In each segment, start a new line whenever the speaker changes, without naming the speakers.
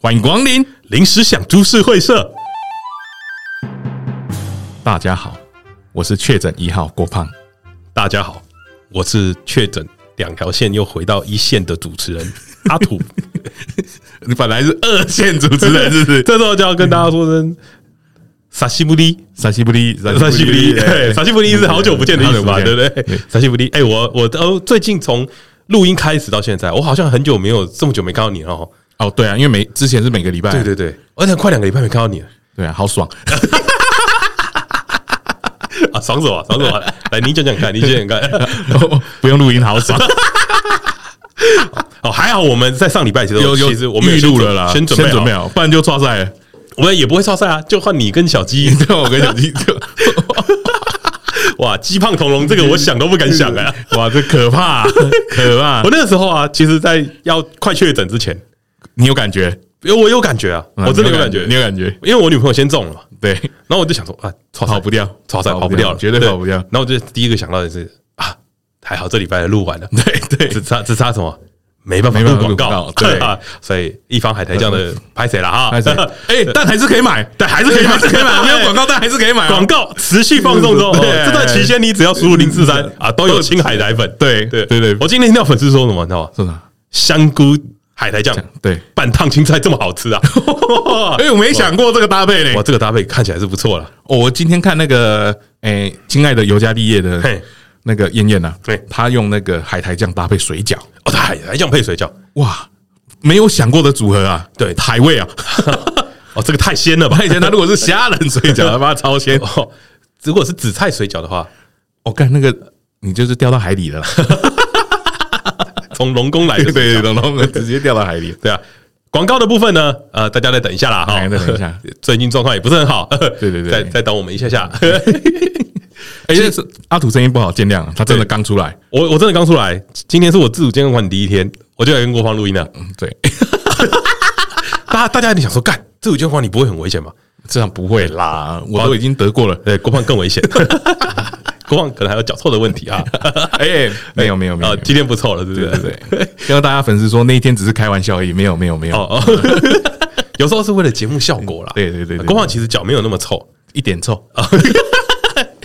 欢迎光临临时想株式会社。大家好，我是确诊一号郭胖。
大家好，我是确诊两条线又回到一线的主持人阿土。
你本来是二线主持人，是不是？
这时候就要跟大家说声撒西布利，
陕西不利，
撒
陕
西布利，对，撒西布利是哎好久不见的意思吧？
嗯好久
对
不见
不对？撒西布利，哎，我我哦，最近从录音开始到现在，我好像很久没有这么久没看到你了哦。
哦，对啊，因为每之前是每个礼拜，啊
对对对，而且快两个礼拜没看到你了
对啊，好爽。
啊，爽死我，爽死我！来，你讲讲看，你讲讲看。
不用录音，好爽。
哦，还好我们在上礼拜其实
有有，
其实我 们有
预
先
录
准
了啦，
先准备
先准备
好，
好，不然就抓赛 了。
我们也不会超赛啊，就换啊你跟 小鸡。
对，我跟你讲，你
哇，鸡胖同笼这个我想都不敢想啊！
这哇，这可怕， 可怕
我。那个时候啊，其实，在要快确诊之前，
你有感觉？
因为我有感觉啊，我真的有感觉，
嗯你有感觉？
因为我女朋友先中了嘛，
对，
然后我就想说啊，操
跑不掉
操赛
跑不
跑不掉
掉
了，
绝对跑不掉
然后我就第一个想到的是啊，还好这礼拜录完了，
对 对
只差只差什么。没办法
嗯没办
录
法
广
录广
告，
告对嗯
啊， 所以一方海苔酱的拍谁了哈？
还 是哎，但还是可以买，
但还是 可以买，
还是可以买，没有广告，但还是可以买哦。
广告持续放送中，哦
对
这段期间你只要输入零四三啊，都有青海苔粉。
对
对
对对
我今天听到粉丝说什么，你知道吗？
是的，
香菇海苔酱，
对。
拌烫青菜这么好吃 啊！
哎，我没想过这个搭配嘞
哇，。这个搭配看起来是不错了。
哦我今天看那个，哎，亲爱的尤加利叶的
嘿
那个燕燕呐
对，
她用那个海苔酱搭配水饺，
哦，它海苔酱配水饺，
哇，没有想过的组合啊！
对
台 味啊，
哦，这个太鲜了吧
他！以前他如果是虾仁 水饺，他妈超鲜。
哦，如果是紫菜水饺的话，
我哦干那个，你就是掉到海里了啦，
从龙宫来的
对对，
水饺，
然后直接掉到海里。
对啊。广告的部分呢，呃，大家再等一下啦，哈
哎，再等一下，
最近状况也不是很好，
对对对
再再等我们一下下。
哎，这是阿土声音不好，见谅啊，他真的刚出来。
我我真的刚出来，今天是我自主健康管理第一天，我就来跟国芳录音了。
嗯，对，
大家大家一定想说，干自主健康管理不会很危险吗？
这样不会啦，我都已经得过了。
对，国胖更 危险，国胖可能还有脚臭的问 题啊。
哎，没有没有没有
啊，，今天不错了，对不对？
对对对，让大家粉丝说那一天只是开玩笑而已，没有没有没有，
哦哦， 有时候是为了节目效果啦。
对对对对
国胖其实脚没有那么臭，
一点臭，
哦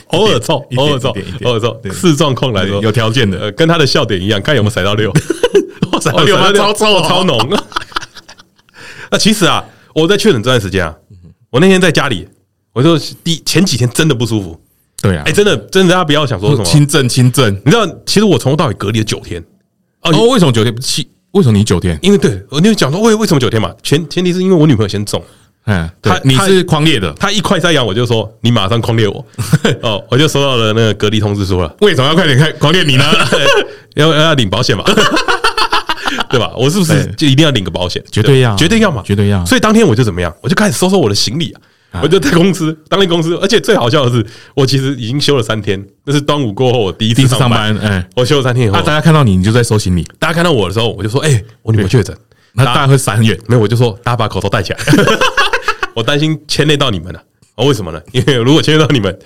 偶尔臭，
一点
偶尔臭
一点一，点
偶尔臭
对，
视状况来
对
说
有条件的，
呃，跟他的笑点一样，看有没有甩 到六， 我甩到六，
哦甩到六
超臭，超浓。 那其实啊，我在确诊这段时间啊，我那天在家里，我就第前几天真的不舒服，
对啊
哎，，真的，真的，大家不要想说什么，
轻症轻症。
你知道，其实我从头到尾隔离了九天，
哦，为什么九天七？为什么你九天？
因为对我那天讲说为为什么九天嘛，前前提是因为我女朋友先中，
嗯，对
他，
你
他
是狂烈的，
她一快塞阳，我就说你马上狂烈我， 哦，我就收到了那个隔离通知书了，
为什么要快点开狂烈你呢？
要要领保险嘛。 对吧？我是不是就一定要领个保险？
绝对要
绝对要嘛，
绝对要
所以当天我就怎么样，我就开始收收我的行李啊，我就在公司，当天公司，而且最好笑的是，我其实已经休了三天，那是端午过后我第一
第
次
一次上
上班，哦
班，哎，
我休了三天以后
啊，，大家看到你，你就在收行李，
大家看到我的时候，我就说：“哎，我女朋友确诊。”
那大家会闪很远。
没有，我就说大家把口罩戴起来， 我担心牵累到你们了、啊。为什么呢？因为如果牵累到你们，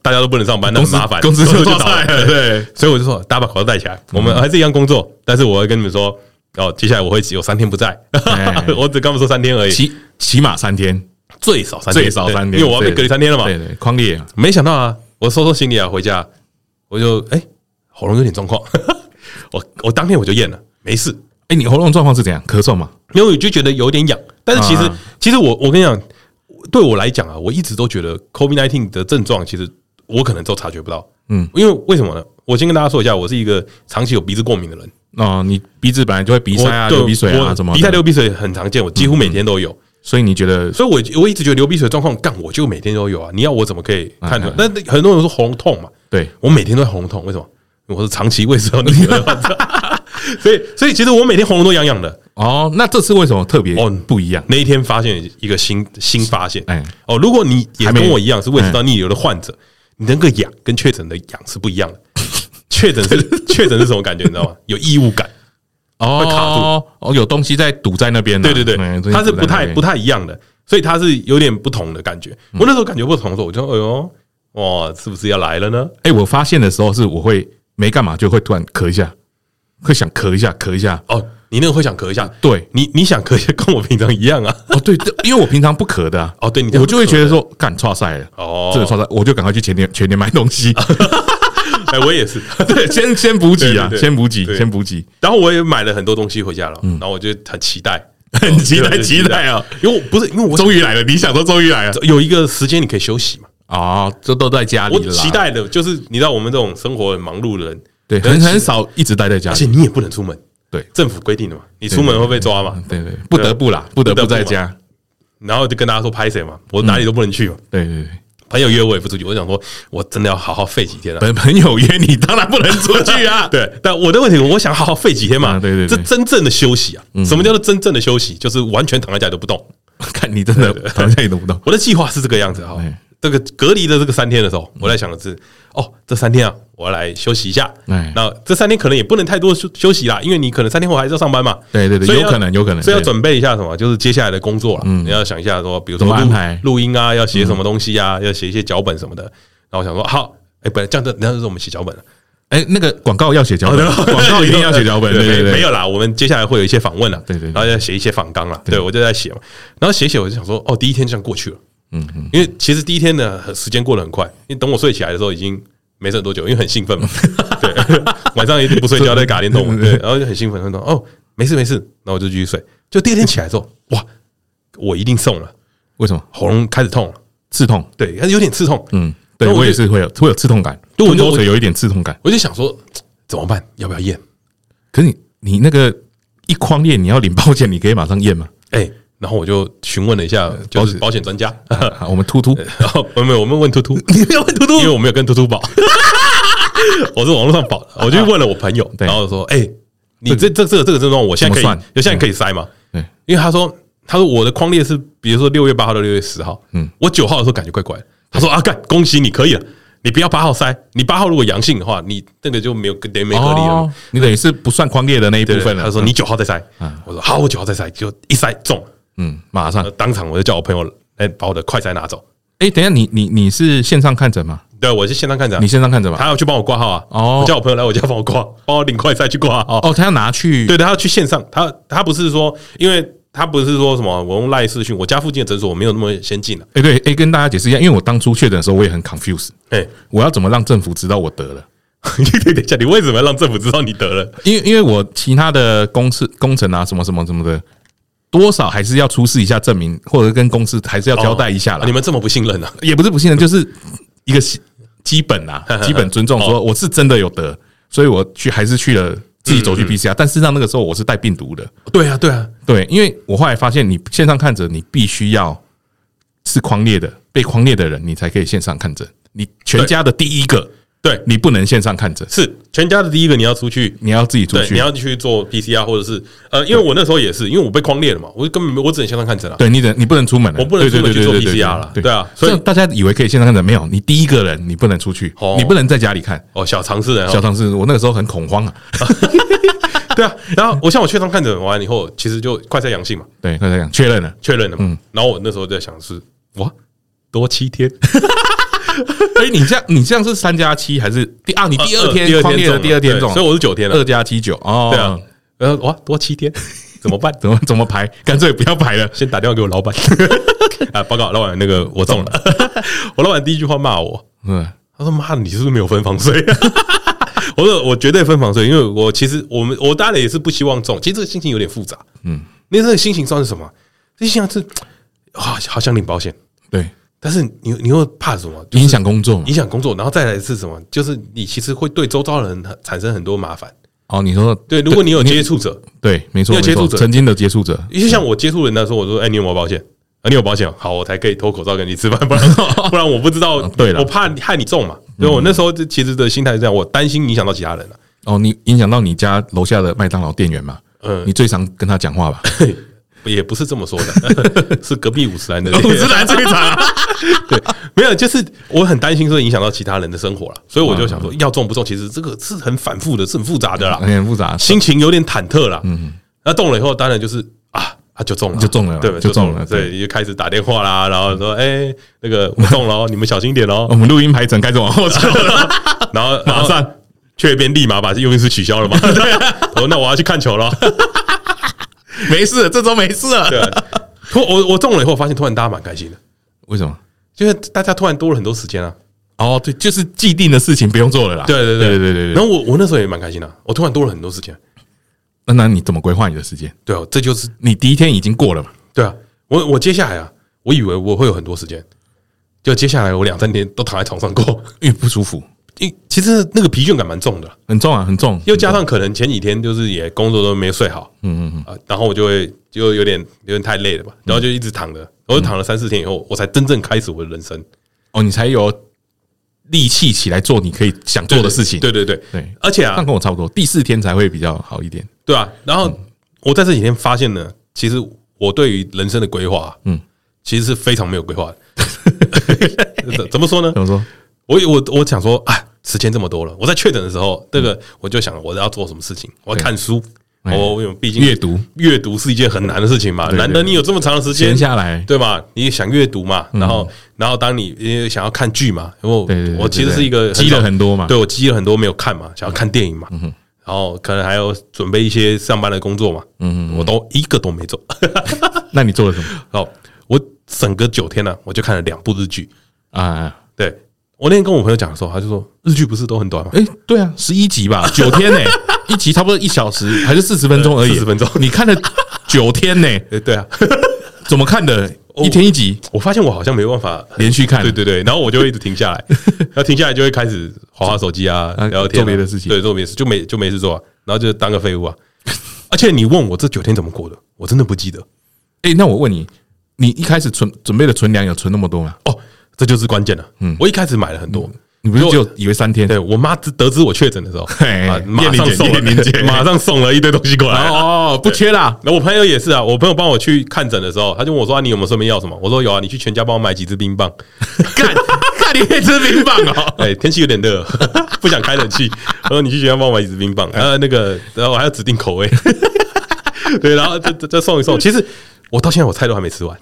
大家都不能上班，那
公
很
司
麻烦，
公司就
就
倒
倒
了
了。
对，嗯
所以我就说大家把口罩戴起来，我们还是一样工作，但是我会跟你们说，哦，接下来我会有三天不在
哎，
我只跟他们说三天而已，
起起码三天，
最少三天，
最少三天，
对因为我要被隔离三天了嘛。
对对，狂烈啊，
没想到啊，我收收行李啊，回家我就哎、喉咙有点状况， 我我当天我就验了，没事，
哎，你喉咙状况是怎样？咳嗽嘛？
因为我就觉得有点痒。但是其实，
啊
其实我我跟你讲，对我来讲啊，我一直都觉得 COVID nineteen 的症状，其实我可能都察觉不到。
嗯，
因为为什么呢？我先跟大家说一下，我是一个长期有鼻子过敏的人，
哦，你鼻子本来就会鼻塞啊，
我对
流鼻水啊，
我
什么的嗯
鼻塞、流鼻水很常见，我几乎每天都有。
所以你觉得
所以我我一直觉得流鼻水的状况，干我就每天都有啊。你要我怎么可以看出来
嗯？
但很多人说喉咙痛嘛，
对？
我每天都在喉咙痛，为什么？因为我是长期胃食道逆流的患者， 所以所以其实我每天喉咙都痒痒的。
哦，那这次为什么特别
哦
不一样？
那一天发现一个新新发现，
哎
哦，如果你也
还没嗯
跟我一样是胃食道逆流的患者，你那个痒跟确诊的痒是不一样的。 确诊是 确诊是什么感觉？你知道吗？有异物感，
哦，
会卡
住哦，有东西在堵在那边啊。
对对对
嗯，
它是不太不
太
太一样的，所以它是有点不同的感觉。
嗯
我那时候感觉不同的时候，我就哎呦，哇，是不是要来了呢？
哎，我发现的时候是我会没干嘛就会突然咳一下，会想咳一下咳一下。
哦，你你那个会想咳一下，
对
你你想咳一下，跟我平常一 样啊。
哦，对，这因为我平常不咳的 啊，
哦对你
我就会觉得说，干差赛了，
哦
这个差赛，我就赶快去全年全年买东西，
哎，我也是，
对， 先先补给啊
对对，对
先补给，
对
先补给，
然后我也买了很多东西回家了，然后我就很期待，
很嗯期
对
待，
对
期待啊！
因为我不是因为我
终于来了，理想说终于来了
有一个时间你可以休息嘛，
啊，这都在家里
我
了啦，
期待的就是你知道我们这种生活很忙碌的人，
对，
可能
很
其实
很少一直待啊在家
而且
里，
你也不能出门，
对
政府规定的嘛，你出门会被抓嘛，
哦对对，嗯不得不啦，不得
不
不啊
得不
在
嘛
家，
然后就跟大家说拍谁嘛，我哪里都不能去嘛，
对对对。
朋友约我也不出去，我想说我真的要好好废几天啊。
本朋 友约你，当然不 能出去 啊。
对，但我的问题，我想好好废几天嘛。
啊对对对嗯
这真正的休息啊，什么叫做真正的休息？就是完全躺在家里都不动。
看你真的躺下也弄不到。
我的计划是这个样子哈
哎。嗯
这个隔离的这个三天的时候，我在想的是，哦，这三天啊，我要来休息一下。
哎
那这三天可能也不能太多休休息啦，因为你可能三天后还是要上班嘛。
对对对
所以要
有可能有可能
所以要
对嗯
准备一下什么，就是接下来的工作了。你要想一下说，比如说
怎么
录
安排嗯
录音啊，要写什么东西啊，要写一些脚本什么的。然后我想说，好，哎，本来这样子，那就是我们写脚本了。
哎，那个广告要写 脚本，广告一定要写 脚本。对对对，
哦没有啦，我们接下来会有一些访问啦，
对对对
然后要写一些访纲啦，对我就在写嘛，然后写写我就想说，哦，第一天就这样过去了，嗯嗯，因为其实第一天呢，时间过得很快，因为等我睡起来的时候已经没剩多久，因为很兴奋嘛， 对，晚上一定不睡觉在打电动 嘛，对，然后就很兴奋，很说哦，没事没事，然后我就继续睡，就第二天起来之后，哇，我一定送了，
为什么
喉咙开始痛了，
刺痛？
对，有点刺痛，
嗯，对
那我
我
就
也是会有会有刺痛感，
对我
吞
就
口水有一点刺痛感。
我就想说怎么办，要不要验？
可是你你那个一框验，你要领保险，你可以马上验吗？
哎，然后我就询问了一下，呃就是保险专家。
啊我们突突，
然后没有，我们问突突，你没有问突突，因为我没有跟突突保， 我是网络上保 的，我就问了我朋友，
对
然后说，哎，你这这这个这个症状，我现在可
怎么
以
算，
就现在可以塞吗？
对，
因为他说，他说我的框列是，比如说六月八号到六月十号，嗯
嗯，
我九号的时候感觉怪怪的，他说啊，干，恭喜你可以了，你不要八号塞，你八号如果阳性的话，你那个就没有等于没隔离了嘛
哦，你等于是不算框列的那一部
对
分
对，嗯
了。
他说你九号再塞，我说好，我九号再塞，就一塞中，
嗯，马上
呃。当场我就叫我朋友来把我的快塞拿走，
哎，等一下，你你你是线上看诊吗？
对我是现场看诊啊
你，线上看诊吗？
他要去帮我挂号啊，
哦
我叫我朋友来我家帮我挂，帮我领快塞去挂号。
哦，他要拿去
对，他要去线上，他他不是说，因为他不是说什么我用赖视讯，我家附近的诊所我没有那么先进了、啊，
哎、对，哎、跟大家解释一下，因为我当初确诊的时候，我也很 confused，
哎、
我要怎么让政府知道我得了？
你等一 下，你为什么要让政府知道你得了？
因为因为我其他的公司工程啊，什么什么什么的，多少还是要出示一下证明，或者跟公司还是 要交代一下啦。
哦你们这么不信任啊？
也不是不信任，就是一个基基本 啊，基本尊重，
哦
说我是真的有得，所以我去还是去了自己走
嗯
去 PCR，、但事实上那个时候我是带病毒的，
对啊，对啊，
对，因为我后来发现，你线上看诊，你必须要是框列的，被框列的人，你才可以线上看诊。你全家的第一个，
对
你不能线上看诊，
是全家的第一个你要出去。
你要自己出
对，
去。
你要去做 PCR 或者是呃，因为我那时候也是，因为我被框列了嘛，我根本没我只能线上看诊了。啊
对你只能你不能出门了，
我不能出门去做
对对对对
PCR 了
对
对啊所
所
以
以大家以为可以线上看诊，没有，你第一个人你不能出去
哦，
你不能在家里看。
哦，小尝试人啊，
小唐是我那个时候很恐慌啊，
对啊。然后我像我去上看诊完以后，其实就快筛阳性嘛，
对，他这样确认了。
确认了
嗯
嘛。然后我那时候在想是哇，多七天，
哎，你这样你这样是三加七还是第啊？你 第
呃
二天框列
中
的
了
第二天
对
中了，
所以我是九天了
二。加七九哦。
对啊，，然后哇，多七天怎么办？
怎么怎么排？干脆不要排 了。
先打电话给我老板啊，报告老板，那个我中了。我老板第一句话骂我，
嗯，
他说：“妈，你是不是没有分房睡？”啊 我说：“我绝对分房睡，因为我其实我们我当然也是不希望中。其实这个心情有点复杂，嗯，那这个心情算是什么？这心情是啊，好想领保险，
对，
但是你你又怕什么？就是
影响工作嘛
影。响工作，然后再来是什么？就是你其实会对周遭的人产生很多麻烦。
哦，你说
对，如果你有接触者，
对，没错，
你有接触
没错
者
曾经的接触者，
就像我接触人的时候，我
嗯
说：“哎、你有没有保险？啊，你有保险，好，我才可以脱口罩跟你吃饭，不然不然我不知道。
哦对啦嗯
我怕你害你中嘛。所以我那时候就其实的心态是这样，我担心影响到其他人了、
哦，你影响到你家楼下的麦当劳店员嘛？
嗯
嗯，你最常跟他讲话 吧？
也不是这么说 的，是隔壁五十岚的
男最
啊
常，
对， 没有，就是我很担心说影响到其他人的生活了，所以我就想
嗯
说，要中不中，其实这个是很反复的，是很复杂的啦，
很复杂，
心情有点忐忑啦。嗯，那中了以后，当然就是啊。啊，就中了，
就中了
对吧，
就
就中
中
了，
了
对，你就开始打电话啦，然后说，哎，那个我中了 哦，你们小心点哦
我。们录音排程开 始往后走了，
然后
马上
雀边立马把这用意是取消了嘛？对、啊，我说那我要去看球了。
没事，这周没事
对
了。
啊，突我我中了以后，发现突然大家蛮开心的，
为什么？
就是大家突然多了很多时间啊。
哦，对，就是既定的事情不用做了啦。
对对
对
对
对对
然
对。
后我我那时候也蛮开心的，我突然多了很多时间。
那那你怎么规划你的时间？
对啊，这就是
你第一天已经过了嘛？
对啊，我我接下来啊，我以为我会有很多时间，就接下来我两三天都躺在床上过。
因为不舒服，
因其实那个疲倦感蛮重的，
很重啊，很重。
又加上可能前几天就是也工作都没睡好，嗯嗯啊，然后我就会就有点有点太累了吧，
嗯
然后就一直躺着，我就躺了三四天以后，我才真正开始我的人生
哦，你才有力气起来做你可以想做的事情。
对对对
对
而且啊
那，跟嗯我差不多，第四天才会比较好一点。
对啊，然后我在这几天发现呢，其实我对于人生的规划，嗯，其实是非常没有 规划的。 怎怎么说呢
怎？么说？
我我我想说啊，时间这么多了，我在确诊的时候，这个我就想我要做什么事情，我要看书，
嗯哎
我我有毕竟
阅读
阅读是一件很难的事情嘛，
对对
难得你有这么长的时间
闲下来
对吧？你想阅读嘛，然后然后当你也想要看剧嘛，因为我
对对对
我其实是一个
积了很多嘛嗯
对我积了很多没有看嘛，想要看电影嘛，然后可能还有准备一些上班的工作嘛，嗯，我都一个都没做。
那你做了什 么
好，我整个九天呢、我就看了两部日剧，
啊？
对我那天跟我朋友讲的时候，他就说日剧不是都很短吗？
哎，对啊，十一集吧，九天呢， 一集差不多一小时，还是四十分钟而已。
40分钟
你看了九天呢？
呃，对啊，
怎么看的？一天一集，
我发现我好像没办法
连续看
对对对，然后我就会一直停下 来，然后停下来就会开始划划手机啊，
啊
聊天
做
啊、
别的事情
对，做别的事就没就没事做、啊，然后就当个废物啊。而且你问我这九天怎么过的，我真的不记得
哎，那我问你，你一开始存准备的存粮有存那么多吗？
哦，这就是关键了。嗯，我一开始买了很多，
你不是
因为我
就以为三天？哦
对我妈知得知我确诊的时候，
嗯嘿
啊马
叶
上
玲姐
送
叶玲姐
了，马上送了一堆东西过来。啊
哦，不缺 啦，
那我朋友也是啊，我朋友帮我去看诊的时候，他就问我说：“啊，你有没有顺便要什么？”我说：“有啊，你去全家帮我买几支冰棒。
干看 你可以吃冰棒哦。
哎，天气有点热， 不想开冷气。我说你去学校帮我买几支冰棒，
哎
呃，那个，然后我还要指定口味。 对，然后再再再送一送。其实我到现在我菜都还没吃完，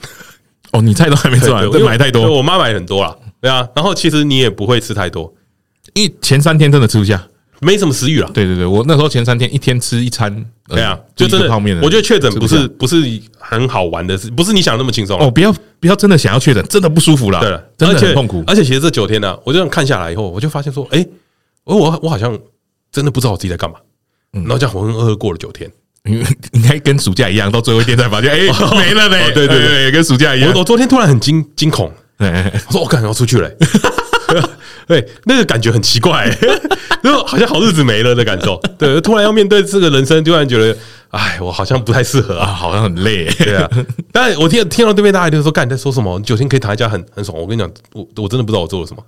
哦，你菜都还没吃完，
对
这买太
因为
多，
我妈买很多啦，对啊。然后其实你也不会吃太多，
因为前三天真的吃不下。
没什么食欲啦。
对对对，我那时候前三天一天吃一餐，
对啊，
嗯就
就真的
泡面了。
我觉得确诊
吃
不
不
是不是很好玩的事，不是你想的那么轻松啊。
哦，不要不要，真的想要确诊，真的不舒服啦，
对了，
真
而
的
且
很痛苦。
而且其实这九天呢、我这样看下来以后，我就发现说，哎、我我我好像真的不知道我自己在干嘛。
嗯
然后这样浑浑噩噩过了九天，
因为应该跟暑假一样，到最后一天才发 现，哎，没了呢
哦。对对对
对，跟暑假一样
我。我昨天突然很惊惊恐，
哎
我说我感觉要出去了、欸， 对，那个感觉很奇怪、欸， 就好像好日子没了的感受。对，突然要面对这个人生，突然觉得，哎，我好像不太适合
啊，
啊。
好像很累。
对啊，但我听听到对面大家就说，干你在说什么？你九天可以躺在家很很爽。我跟你讲，我我真的不知道我做了什么，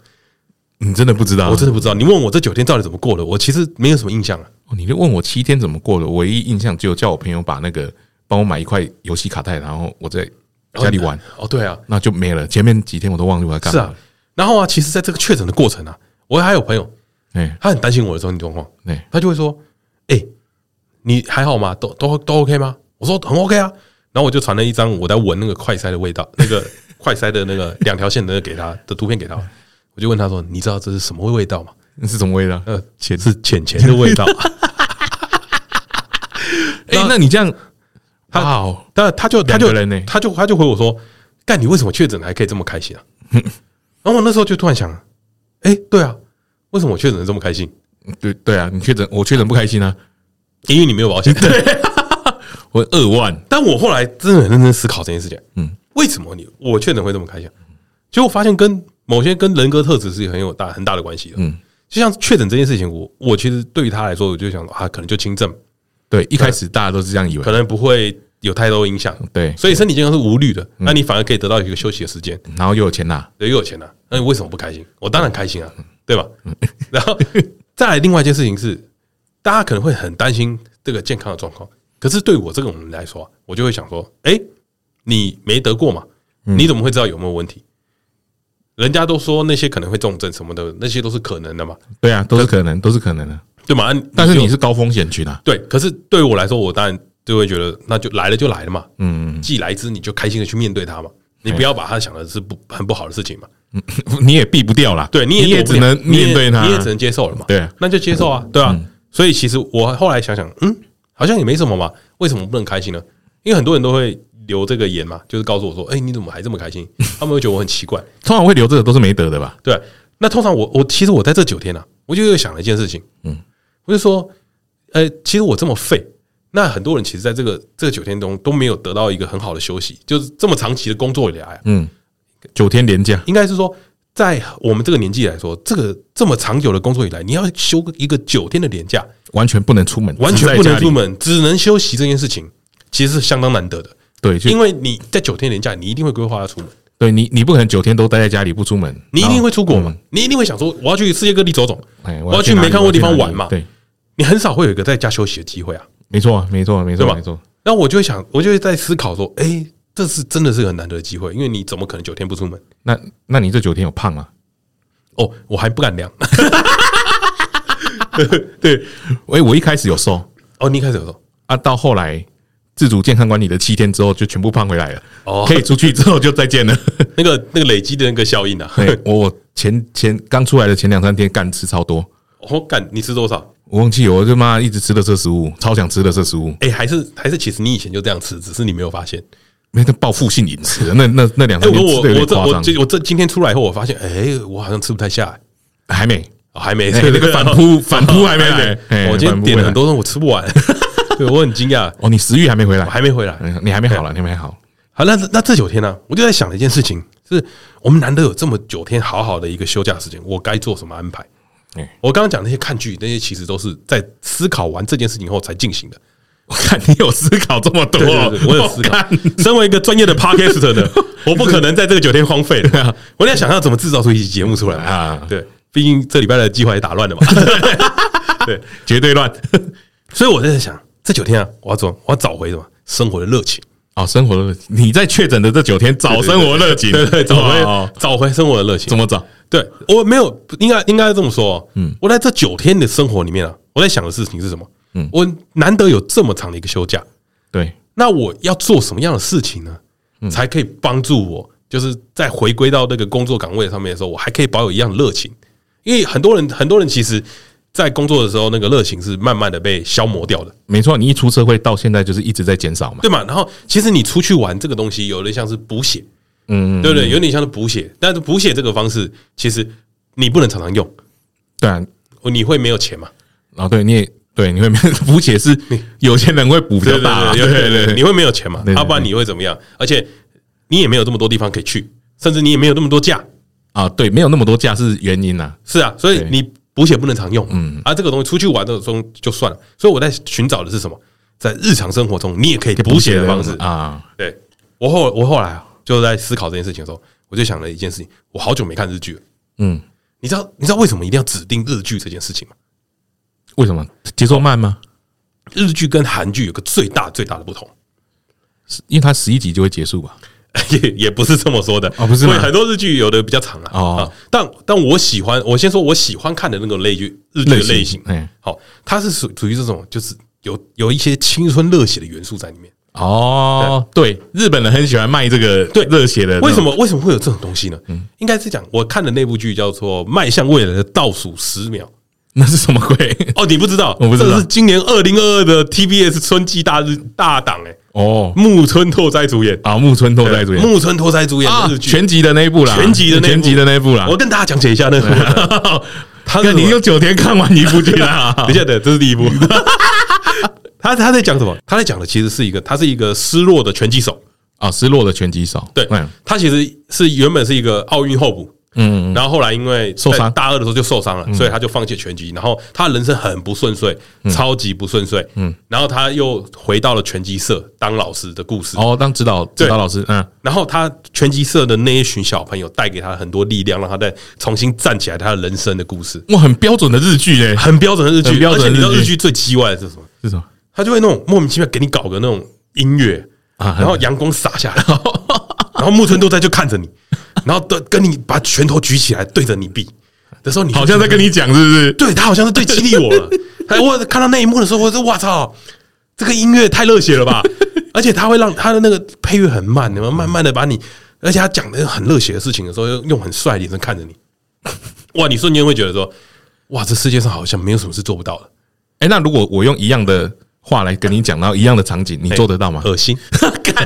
你真的不知道，
我真的不知道。你问我这九天到底怎么过的，我其实没有什么印象啊。
哦你就问我七天怎么过的，唯一印象只有叫我朋友把那个帮我买一块游戏卡带，然后我在家里玩，
哦，对啊，
那就没了。前面几天我都忘记我在干
是
嘛。
啊。然后啊，其实在这个确诊的过程啊，我还有朋友，
哎，
他很担心我的身体状况，
对，
他就会说：“哎、你还好吗？都都都 OK 吗？”我说：“很 OK 啊。”然后我就传了一张我在闻那个快塞的味道， 那个快塞的那个两条线的那个给他的图片给他，我就问他说：“你知道这是什么味道吗
那是什么味道？？”
呃，浅是浅浅的 味道。
哎，那你这样，
他
哇哦，
但他就他就
两个人呢
他就他就回我说：“干，你为什么确诊还可以这么开心啊？” 然后我那时候就突然想：“哎、对啊，为什么我确诊得这么开心？
对对啊，你确诊，我确诊不开心啊，
因为你没有保险。” 对。
我二万，
但我后来真的很认真思考这件事情，
嗯
嗯，为什么你我确诊会这么开心？结果发现跟某些跟人格特质是很有大很大的关系的，
嗯
嗯，就像确诊这件事情，我我其实对于他来说，我就想说啊，可能就轻症，
对，一开始大家都是这样以为
可，能不会有太多影响，
对
所以身体健康是无虑的，那你反而可以得到一个休息的时间，
然后又有钱拿，
对，又有钱了、啊那你为什么不开心？我当然开心啊，对吧？然后再来另外一件事情是，大家可能会很担心这个健康的状况，可是对我这种人来说啊、我就会想说，哎，你没得过嘛？
嗯
你怎么会知道有没有问题？人家都说那些可能会重症什么的，那些都是可能的嘛，
对啊，都是可能，都是可能的。
对吗？啊
但是
就
你是高风险群啊，
对，可是对我来说，我当然就会觉得，那就来了就来了嘛，
嗯，
既来之，你就开心的去面对它嘛，你不要把它想的是不很不好的事情嘛。
你也避不掉啦，
对，你
你也
躲不
只
了
能面对它
你也，你也只能接受了嘛。
对啊
那就接受嗯啊，对啊。所以其实我后来想想，嗯，好像也没什么嘛，为什么不能开心呢？因为很多人都会留这个言嘛，就是告诉我说，哎，你怎么还这么开心？他们会觉得我很奇怪，
通常会留这个都是没得的吧？
对。啊那通常我我其实我在这九天呢、啊，我就又想了一件事情，嗯，我就说，呃，其实我这么废，那很多人其实在这个这九天中都没有得到一个很好的休息，就是这么长期的工作以来、啊，
嗯，九天连假，
应该是说，在我们这个年纪来说，这个这么长久的工作以来，你要休一个九天的连假，
完全不能出门，
完全不能出门，只能休息这件事情，其实是相当难得的。
对，就
因为你在九天连假，你一定会规划要出门。
对你，你不可能九天都待在家里不出门，
你一定会出国嘛？
嗯
你一定会想说，我要去世界各地走走，
哎
我要去没看过地方玩嘛
对，
你很少会有一个在家休息的机会啊，
没错啊，没错啊，没错
对
啊，
吧
没错啊。？
那我就会想，我就会在思考说，哎，这是真的是很难得的机会，因为你怎么可能九天不出门？
那那你这九天有胖 啊？
哦，我还不敢量。
对，哎，我一开始有瘦
哦，你一开始有说，
啊，到后来自主健康管理的七天之后，就全部胖回来了。
哦
可以出去之后就再见 了。
那个那个累积的那个效应啊，
对， 我前前刚出来的前两三天干吃超多，
我哦干，你吃多少？
我忘记我就妈一直吃的这食物，超想吃的这食物，
哎，还是还是，其实你以前就这样吃，只是你没有发现。
那个报复性饮食，那那那两
哎，
三
我
天吃的有
我
点
我这
夸
我
张，
这我这今天出来以后，我发现，哎，我好像吃不太下来，
还没。
哦还没
哎那个反 扑反扑还没来哎
哦我今天
反扑
点
回
了
来
很多东西，我吃不完， 对我很惊讶，
哦，你食欲还没回来
我，还没回来。
嗯你还没好了，你还没好。
好，那那这九天呢、我就在想了一件事情，是我们难得有这么九天好好的一个休假时间，我该做什么安排
哎？
我刚刚讲那些看剧，那些其实都是在思考完这件事情后才进行的。
我看你有思考这么多
对对对，我有思考
看。
身为一个专业的 podcaster 的，我不可能在这个九天荒废的。我在想要怎么制造出一期节目出来啊
啊？
对，毕竟这礼拜的计划也打乱了嘛。 对，
绝对乱
所以我就在想，这九天啊，我要怎么我要找回什么生活的热情？
哦，生活的热情你在确诊的这九天找生活热情，
对对，找
哦
回找回生活的热情
怎。么找？
对我没有，应该应该这么说。嗯，我在这九天的生活里面啊，我在想的事情是什么？嗯，我难得有这么长的一个休假，
对，
那我要做什么样的事情呢？
嗯
才可以帮助我，就是在回归到那个工作岗位上面的时候，我还可以保有一样的热情。因为很多人，很多人其实，在工作的时候，那个热情是慢慢的被消磨掉的，
没错，你一出社会到现在就是一直在减少嘛。
对嘛？然后，其实你出去玩这个东西，有点像是补血，
嗯，
对不对？有点像是补血，但是补血这个方式，其实你不能常常用，
对啊，
你会没有钱嘛？
然后对你也对，你会没有补血是有些人会补比较
对
大啊，
对对对，你会没有钱嘛？
对对
要不然你会怎么样？而且你也没有这么多地方可以去，甚至你也没有那么多假。
啊，对，没有那么多假是原因呐。
是啊，所以
对
你补血不能常用。嗯，啊，这个东西出去玩的时候就算了。所以我在寻找的是什么？在日常生活中，你也可以补血的方式。
啊，
对我后我后来啊，就在思考这件事情的时候，我就想了一件事情：我好久没看日剧了。
嗯，
你知道你知道为什么一定要指定日剧这件事情吗？
为什么节奏慢吗？
日剧跟韩剧有个最大最大的不同，
因为它十一集就会结束吧。
也也不是这么说的
哦不是吗
对很多日剧有的比较长啊。
哦
啊，但但我喜欢，我先说我喜欢看的那个类剧日剧的类
类型
型
嗯，
好，它是属属于这种就是有有一些青春热血的元素在里面。
哦，对，日本人很喜欢卖这个
对
热血的，
为什？么为什么会有这种东西呢？
嗯
应该是讲我看的那部剧叫做《迈向未来的倒数十秒》。
那是什么鬼？
哦，你不知道，
我不知道
这是今年二零二二的 TBS 春季大日大档哎、
哦
木村拓哉主演，
啊，木村拓哉主演
木村拓哉主演
啊
的日，剧、
全集的那一部啦，
全集的那一部
全集的那一部啦。
我跟大家讲解一下那个， 他
那
是
你
什么
用九天看完一部剧啦
？等一下，等，这是第一部。他他在讲什么？他在讲的其实是一个，他是一个失落的拳击手。
啊，失落的拳击手，
对
嗯，
他其实是原本是一个奥运候补，嗯，然后后来因为
受伤嗯
在大二的时候就受伤了，所以他就放弃拳击。然后他人生很不顺遂，超级不顺遂，嗯，然后他又回到了拳击社当老师的故事。
哦，当指导指导老师，嗯，
然后他拳击社的那一群小朋友带给他很多力量，让他再重新站起来，他的人生的故事。
哇，很标准的日剧嘞，
很标准的日剧，
很标准的
而且你知道
日剧
日剧最叽歪的是什么？
是什么？
他就会那种莫名其妙给你搞个那种音乐
啊
然后阳光洒下来，然后木村拓哉就看 着你，然后跟跟你把拳头举起来对着你臂的时候，你就
好像在跟你讲，是不 是？
对他好像是最激励我 了。哎，我看到那一幕的时候，我说哇操，这个音乐太热血 了吧！而且他会让他的那个配乐很慢，然后慢慢的把你，而且他讲的很热血的事情的时候，又用很帅的眼神看着你，哇，你瞬间会觉得说，哇，这世界上好像没有什么是做不到的。
哎，那如果我用一样的话来跟你讲，然后一样的场景，你做得到吗？
恶心，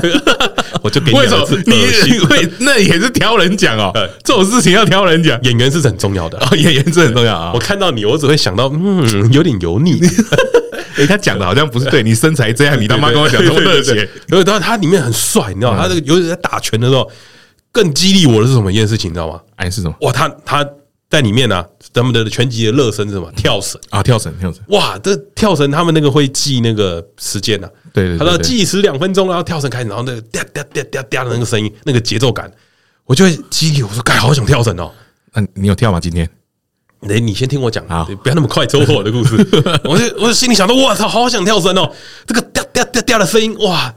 我就给你
为什
两
么
个字
你
恶心啊
为那也是挑人讲 哦
呃？
这种事情要挑人讲
演员是很重要的啊。
哦，演员这很重要啊
我。看到你，我只会想到，嗯，有点油腻。
诶，他讲的好像不是对你身材这 样，你他妈跟我 讲这么热 血，嗯
因为他他里面很帅，你知道吗，他这个尤其在打拳的时候，更激励我的是什么一件事情，你知道吗？
哎是什么
哇，他他在里面呢、啊，咱们的拳击的热身是什么？跳绳。
啊？跳绳，跳绳，
哇，这跳绳他们那个会记那个时间呐、啊，
对对对
他说
对
计时两分钟，然后跳绳开始，然后那个哒哒哒哒哒的那个声音，那个节奏感，我就会激励我说，该好想跳绳哦。
嗯，你有跳吗？今天
你哎你先听我讲
好，
不要那么快戳破我 的故事。我就我就心里想到，我操，好想跳绳哦，这个哒哒哒哒的声音，哇，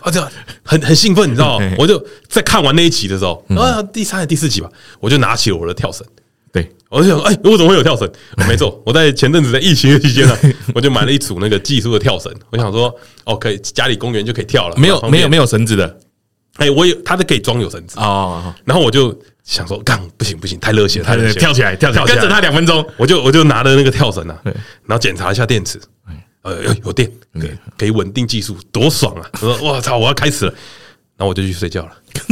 啊，这样很很兴奋，你知道吗
嘿嘿？嗯
我就在看完那一集的时候，啊，第三还是第四集吧，我就拿起了我的跳绳，
对，
我就想，哎、我怎么会有跳绳？没错，我在前阵子在疫情的期间呢、啊我就买了一组那个技术的跳绳。我想说，哦，可以家里公园就可以跳了。
没有没有没
有，
有绳子的
哎、我有，它都可以装有绳子。
哦，
然后我就想说，干不行不行，太热血了，太热血了，
跳起来，跳起来，跟着他两分钟。
我就我就拿着那个跳绳啊
对，
然后检查一下电池，呃，有有电，可以可以稳定技术，多爽啊！我说我操，我要开始了，然后我就去睡觉了。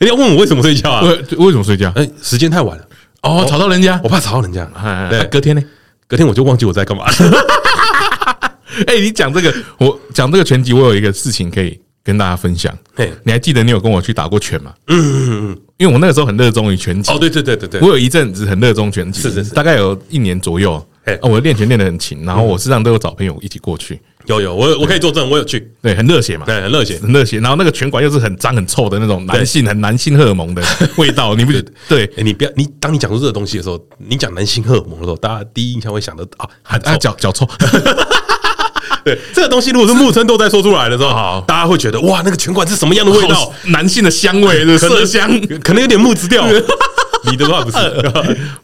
你要问我为什么睡觉啊？
为为什么睡觉？
哎，时间太晚了，
哦，吵到人家
我。怕吵到人家。
哎
对
哎，，隔天呢？
隔天我就忘记我在干嘛。
哎，你讲这个，我讲这个拳击，我有一个事情可以跟大家分享
嘿。
你还记得你有跟我去打过拳吗？嗯，因为我那个时候很热衷于拳击
哦，，对对对对对
我，有一阵子很热衷拳击，
是是是
大概有一年左右。
嘿
啊我练拳练得很勤，然后我实际上都有找朋友一起过去，
有有，我我可以作证，我有去，
对，
哎
很热血嘛，
对，很热血。
很热血。然后那个拳馆又是很脏很臭的那种男性，很男性荷尔蒙 的 味道，你不觉得？对，
哎，你不要，你当你讲出这个东西的时候，你讲男性荷尔蒙的时候，大家第一印象会想到啊，很
啊，
臭。
脚脚臭，
对，这个东西如果是木村都在说出来的时候，大家会觉得哇，那个拳馆是什么样 的味道
好？ 男性的香 味，是麝香。
可能有点木质调。你的话 不是，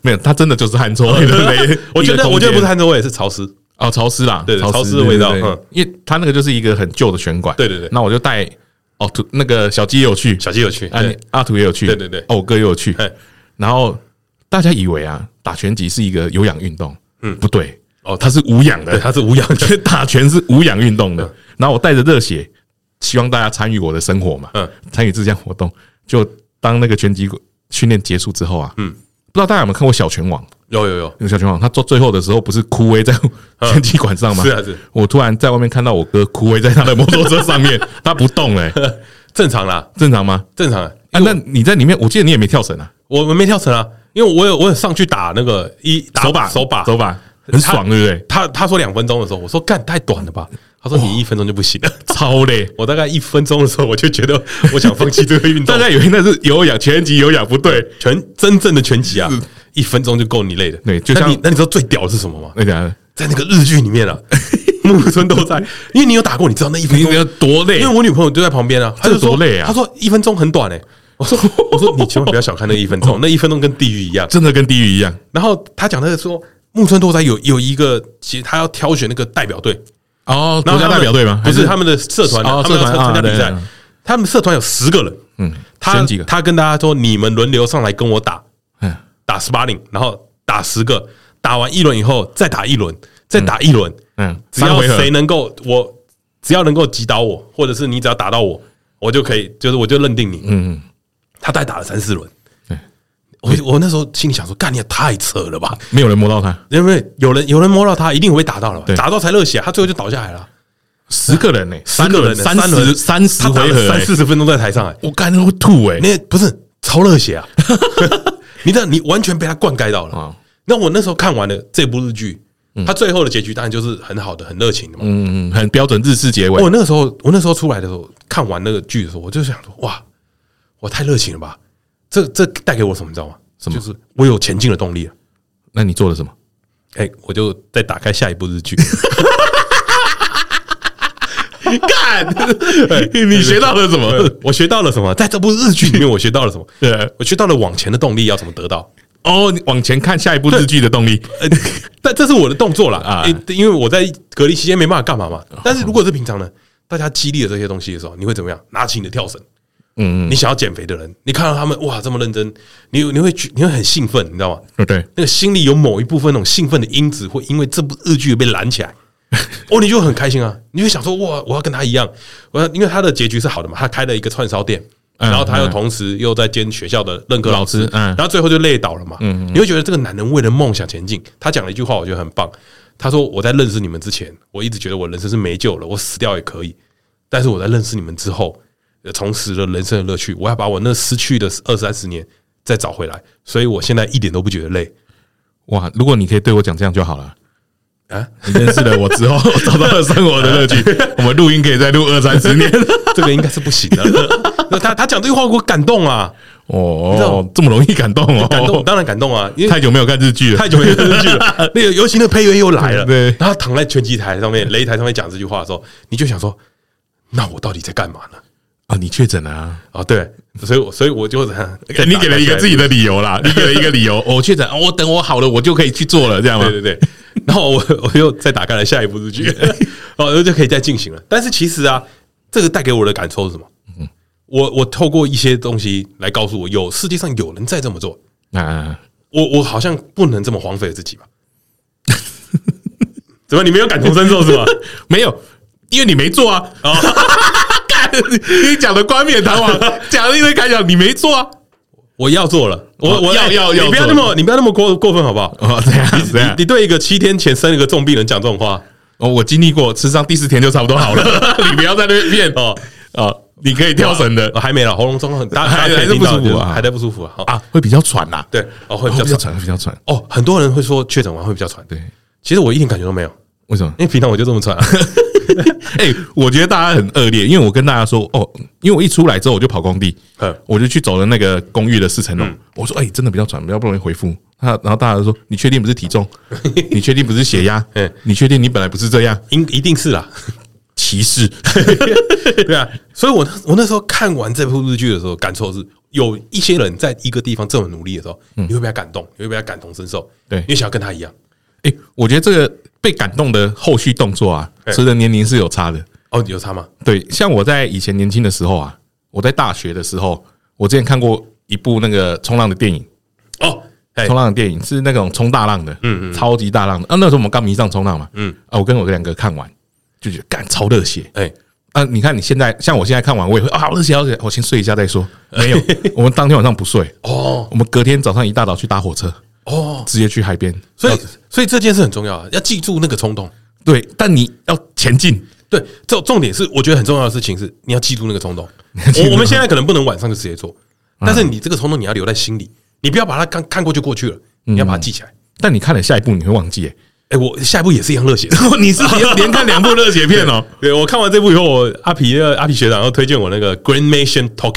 没有，它真的就是汗臭味 的那一个
我觉
一个
得
空
我觉得不是
间
汗臭味，是潮湿。
哦，潮湿啦，
对潮湿的
对
味道
对对
嗯
因为它那个就是一个很旧的拳馆，
对对对
那我就带哦，土那个小鸡也有去，
小鸡有去，
啊，你
对
阿土也有去，
对对对
哦，我哥也有去
哎，
然后大家以为啊，打拳击是一个有氧运动，嗯，不对，
哦
它是无氧
对，
的，
它是 无氧的，
打拳是无氧运动的。
嗯
然后我带着热血，希望大家参与我的生活嘛，
嗯
参与这项活动。就当那个拳击训练结束之后啊，嗯，不知道大家有没有看过小拳王？
有有有，
那个小拳王，他做最后的时候不是枯萎在拳击馆上吗？
是啊是
我突然在外面看到我哥枯萎在他的摩托车上面，他不动嘞、
正常啦，
正常吗？
正常啦。
啊，那你在里面，我记得你也没跳绳啊，
我我没跳绳啊，因为我有我有上去打那个一打
手把
啊手把
手把很爽，对不对？
他他说两分钟的时候，我说干太短了吧？他说你一分钟就不行了。
超累，
我大概一分钟的时候，我就 觉得我想放弃这个运动
大。家以为那是有氧拳击有氧，不对，
全真正的拳击啊，一分钟就够你累的。
对就
那
像
你那你知道最屌的是什么吗？
那讲
在那个日剧里面 啊，木村都在，因为你有打过，你知道那一分
你
钟
你有多累
因为？我女朋友就在旁边啊，她就
这
说
多累啊
她说一分钟很短诶、我说 我说你千万不要小看那一分
哦
钟，那一分钟跟地狱一样。
真的跟地狱一样。
然后她讲那个说。木村拓哉有有一个，其实他要挑选那个代表队，
哦，国
然后
家
他们
代表队吗？
不
还
是他们的社团啊，
哦
他们要
社团
参参加
啊
比赛
对对对。
他们社团有十个人，
嗯，
他
选几个？
他跟大家说，你们轮流上来跟我打，
嗯，
打十八零，然后打十个，打完一轮以后再打一轮，再打一轮，
嗯，
只要
三回合
谁能够我，只要能够击倒我，或者是你只要打到我，我就可以，就是我就认定你。
嗯，
他再打了三四轮
对，
我我那时候心里想说，干你也太扯了吧，
没有人摸到他，
因为有人有人摸到他，一定会被打到了吧，
对
打到才热血，他最后就倒下来了，
十个人呢，
十个人
三
轮
十三十
他打
回
了
合
三
欸，
四十分钟在台上，哎，
我干那会吐哎。
那不是超热 血啊！ 你这你完全被他灌溉到了
啊。嗯
那我那时候看完了这部日剧，它最后的结局当然就是很好的、很热情的嘛。
嗯，嗯，很标准日式结尾
我。那个时候，我那时候出来的时候，看完那个剧的时候，我就想说，哇，我太热情了吧！这这带给我什么，你知道吗？
什么
就是我有前进的动力了。
那你做了 什么？
哎，我就再打开下一部日剧。
干，哎你学到了什么？
我学到了什么？在这部日剧里面，我学到了什么？
对，
我学到了往前的动力要怎么得到。
哦，你往前看下一部日剧的动力。
呃，但这是我的动作啦啊
啊，
诶因为我在隔离期间没办法干嘛嘛。但是如果是平常呢，大家激励了这些东西的时候，你会怎么样？拿起你的跳绳，
嗯，
你想要减肥的人，你看到他们哇这么认真，你你会觉你会很兴奋，你知道吗？
嗯，对，
那个心里有某一部分那种兴奋的因子，会因为这部日剧被燃起来。哦，你就很开心啊，你就想说哇，我要跟他一样，我要因为他的结局是好的嘛，他开了一个串烧店，
嗯
然后他又同时又在兼学校的任课老
老
师
师，嗯
然后最后就累倒了嘛，你会觉得这个男人为了梦想前进。他讲了一句话，我觉得很棒，他说我在认识你们之前，我一直觉得我人生是没救了，我死掉也可以，但是我在认识你们之后，呃重拾了人生的乐趣，我要把我那失去的二三十年再找回来，所以我现在一点都不觉得累。
哇，如果你可以对我讲这样就好了。
啊，
你认识了我之后， 我找到了生活的乐 趣。我们录音可以再录二三十 年。
这个应该是不行的。 那他他讲这句话，我感动啊，知道
哦，这么容易感动哦，
感动，当然感动啊，因为
太久没有看日剧了，
太久没有看日剧了。 那个尤其那配乐又来了，
对
然后躺在拳击台上面、擂台上面讲这句话的时候，你就想说，那我到底在干嘛呢？
啊！你确诊了啊？
啊，对，所以我所以我就
你给了一个自己的理由 啦，你给了一个理由，我确诊，哦我等我好了，我就可以去做了，这样吗？
对对对。然后我我又再打开了下一部日剧， 哦，然后就可以再进行了。但是其实啊，这个带给我的感受是什么？
嗯
我我透过一些东西来告诉我，有世界上有人在这么做，
啊，
我我好像不能这么荒废自己吧？ 怎么你没有感同身受是 吧？
没有，因为你没做啊。 干你讲的冠冕堂 皇，讲了一堆感想，你没做啊？
我要做了，我
哦
我
要
哎
要要
你不要
做
那么你不要那么过过分好不好？
哦，这样这
你
样
你，对一个七天前生了个重病人讲这种话
哦，我经历过，吃上第四天就差不多好了， 你不要在那边骗哦
哦，
哦，你可以跳绳的
呃还没了，喉咙状况很大，
还
大家可以
还是不
听到
舒服啊
就是还在不舒服啊？好
啊，会比较喘呐，
对，哦，会
会
比
比较
较喘。
喘，会比较喘，
哦，很多人会说确诊完会比较喘，
对，
其实我一点感觉都没有，
为什么？
因为平常我就这么喘啊。
哎、我觉得大家很恶劣，因为我跟大家说，哦，因为我一出来之后我就跑工地，
嗯
我就去走了那个公寓的四层楼。我说，哎、真的比较喘，比较不容易回复。他然后大家就说，你确定不是体 重？你确定不是血压
嗯？
你确定你本来不是这样？
应一定是啦，
歧 视，
对啊，所以我那我那时候看完这部日剧的时候，感受是有一些人在一个地方这么努力的时候，你会被他感动，你会被他感同身受，
对
你想要跟他一样。
哎、我觉得这个被感动的后续动作啊，
嗯
随着年龄是有差的。
哦，有差吗？
对，像我在以前年轻的时候啊，我在大学的时候，我之前看过一部那个冲浪的电影，
哦，哎
冲，浪的电影是那种冲大浪的，嗯嗯，超级大浪的。啊，那时候我们刚迷上冲浪嘛，嗯
嗯
啊，我跟我两个看完就觉得干超热血
哎，
啊！你看你现在像我现在看完，我也会啊好热血，好热血，我先睡一下再说。 没有，我们当天晚上不睡，
哦
我们隔天早上一大早去搭火车，
哦，
直接去海边。
所以
要
所以这件事很重要啊，要记住那个冲动。
对，但你要前进，
对，这重点是我觉得很重要的事情是你要 记住那个冲动。嗯
记住
我我们现在可能不能晚上就直接做，但是你这个冲动你要留在心里，你不要把它看看过就过去了，你要把它记起来。
但你看了下一步你会忘记、欸。
哎，我下一步也是一样热血的。
你是连连看两部热血片 哦，
对我看完这部以后，我阿皮呃阿皮学长又推荐我那个《Green Nation Tokyo》，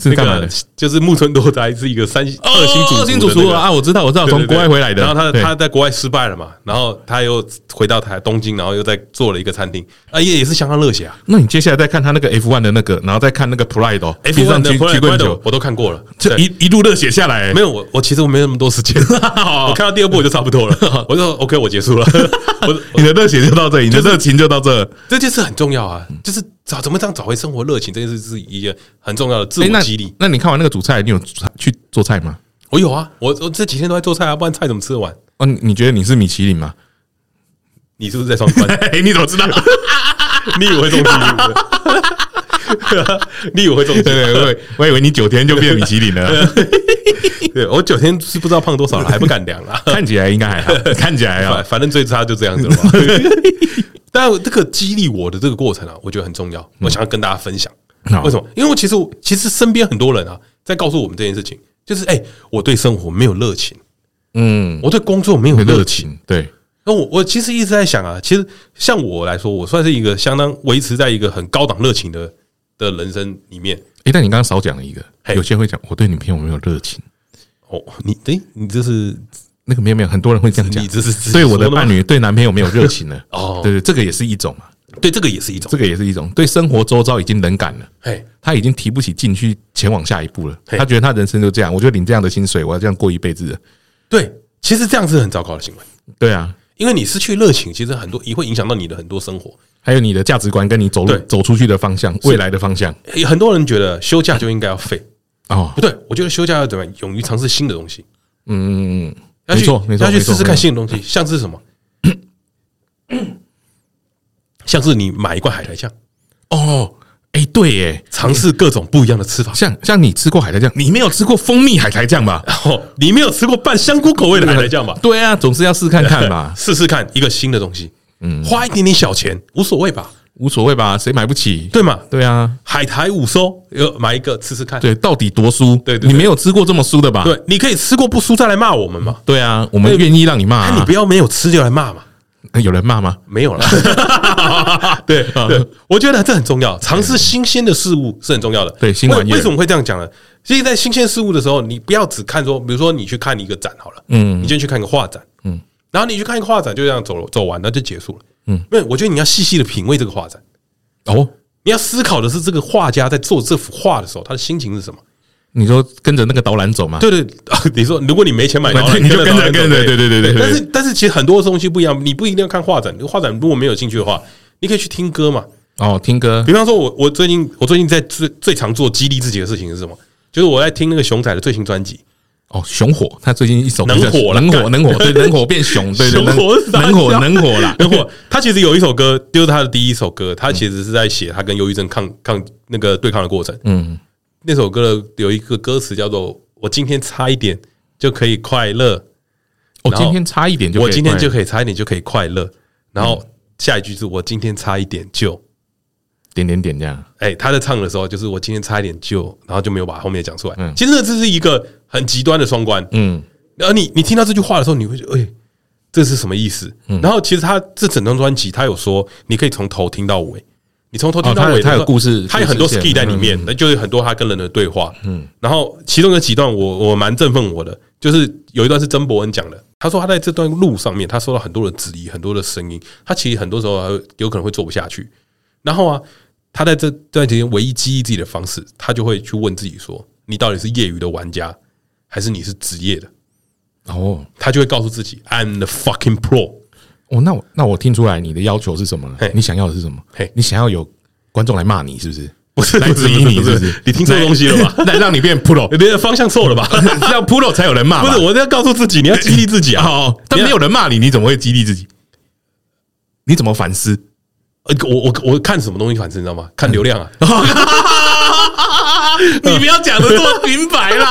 是干嘛
那
的
个就是木村拓哉是一个三二星主
二星
主
主厨啊，我知道，我知道，从国外回来的。
然后他
对
他在国外失败了嘛，然后他又回到台东京，然后又在做了一个餐厅，啊也也是相当热血 啊。
那你接下来再看他那个 F1 的那个，然后再看那个 Pride 哦
F
上
one 的
去
p r
曲
i
棍
d
球
e，我都看过了，
这
对
一一路热血下来，
没有我我其实我没有那么多 时间，我看到第二部我就差不多了，我就说 OK 我结束了， 我
你的热血就到这里，你的热情就到这。
这件事很重要啊，就是找怎么这样找回生活热情，这件事是一个很重要的自
诶
我
那
激励。
那你看完那个主菜，你有煮菜去做菜吗？
我有啊，我我这几天都在做菜啊，不然菜怎么吃得完？
哦，你你觉得你是米其林吗？
你是不是在双关？
嘿你怎么知道？
你以为会中计是不 是？你以为会中
对
计？
对 对，我以为你九天就变米其林了，
对我九天是不知道胖多少了，还不敢量 啊。
看起来应该还好，看起来
反
啊，
反正最差就这样 子了嘛。但这个激励我的这个过程啊，我觉得很重要，我想要跟大家分享
嗯好。
为什么？因为我其实我其实身边很多人啊，在告诉我们这件事情，就是哎、我对生活没有热情，
嗯，
我对工作没有热
热
情。
情，对，
那我我其实一直在想啊，其实像我来说，我算是一个相当维持在一个很高档热情的的人生里面。
哎，但你刚刚少讲了一个，
嘿
有些人会讲我对女朋友没有热情，
哦，你诶、你这是
那个没有没有，很多人会这样讲
你，这是自己
对我的
说吗
伴侣对男朋友没有热情了，
哦
对对，这个也是一种嘛，
对这个也是一种
这个也是一种对生活周遭已经冷感了。
哎
他已经提不起劲去前往下一步了。
嘿
他觉得他人生就这样，我就领这样的薪水，我要这样过一辈子了。
对，其实这样是很糟糕的行为，
对啊，
因为你失去热情，其实很多也会影响到你的很多生活。
还有你的价值观跟你走路
对
走出去的方向，未来的方向
诶很多人觉得休假就应该要废，
哦
不，对，我觉得休假要怎么样？勇于尝试新的东西，
嗯嗯嗯，嗯
要
没
去
错没错，
要去
没错
试试看新的东西，像是什么？ 像是你买一罐海苔酱，
哦，哎，对耶，
尝试各种不一样的吃法。
像像你吃过海苔酱，你没有吃过蜂蜜海苔酱吧？
哦， 你没有吃过拌香菇口味的海苔酱吧？，
对啊，总是要试看看嘛
试试看一个新的东西，嗯，花一点点小钱无所谓吧？
无所谓吧，谁买不起？
对嘛？
对啊，
海苔五收，呃，买一个吃吃看。
对，啊到底多酥？
对对对
你没有吃过这么酥的吧？
对，你可以吃过不输再来骂我们嘛？
对啊，我们愿意让你骂
那、
啊
哎你不要没有吃就来骂嘛？
有人骂吗？
没有啦， 对对，我觉得这很重要，尝试新鲜的事物是很重要的。
对新玩意儿
为为什么会这样讲呢？其实，在新鲜事物的时候，你不要只看说，比如说你去看一个展好了，嗯，你今天去看一个画展，嗯，然后你去看一个画展，就这样走走完，那就结束了，嗯，因为我觉得你要细细的品味这个画展，
哦，
你要思考的是这个画家在做这幅画的时候，他的心情是什么。
你说跟着那个导览走嘛？
对对， 啊你说如果你没钱买，
对
然后
你就跟着
导览
跟着
走
对对对对对
但是但是其实很多东西不一样，你不一定要看画展，画展如果没有兴趣的话，你可以去听歌嘛。
哦，听歌
比方说我，我最近我最近在最最常做激励自己的事情是什么？就是我在听那个熊仔的最新专辑，
哦，熊火，他最近一首歌叫
能火啦
能火，
干
能火，对，能火变 熊，对对，
熊火
能能火，
傻笑
能火啦，
然后他其实有一首歌，就是他的第一首歌，他其实是在写他跟忧郁症抗抗那个对抗的过程。
嗯，
那首歌的有一个歌词叫做“我今天差一点就可以快乐
我
然
哦
后
今天差一点”，就可以
我今天
快
就可以差一点就可以快乐。然后下一句是我今天差一点就，
点点点这样，
哎，他在唱的时候就是我今天差一点就，然后就没有把后面讲出来
嗯。
其实这是一个很极端的双关，
嗯，
然后你你听到这句话的时候，你会觉得，哎、这是什么意思？
嗯
然后其实他这整张专辑，他有说，你可以从头听到尾，你从头听到
哦他有
尾，
他有
然后
故事
他有很多
故事线嗯
ski 在里面，那就是很多他跟人的对话。嗯，然后其中有几段我我蛮振奋我的，就是有一段是曾伯恩讲的，他说他在这段路上面，他受到很多的质疑，很多的声音，他其实很多时候还会有可能会做不下去。然后啊，他在这段期间唯一激励自己的方式，他就会去问自己说：你到底是业余的玩家，还是你是职业的？
哦，
他就会告诉自己，I'm the fucking pro。
哦，那我那我听出来你的要求是什么了
嘿？
你想要的是什么
嘿？
你想要有观众来骂你是不是？
不是
来质疑你是不
不是不
是
是？你听错东西了吧？
来 让你变 pro，
别的方向错了吧？
要 pro 才有人骂
不
吧，
是，我是要告诉自己，你要激励自己 啊！
哦，但没有人骂你，你怎么会激励自己？你怎么反 思？
呃我我我看什么东西反正你知道吗？看流 量啊！
你不要讲的这么明白啦！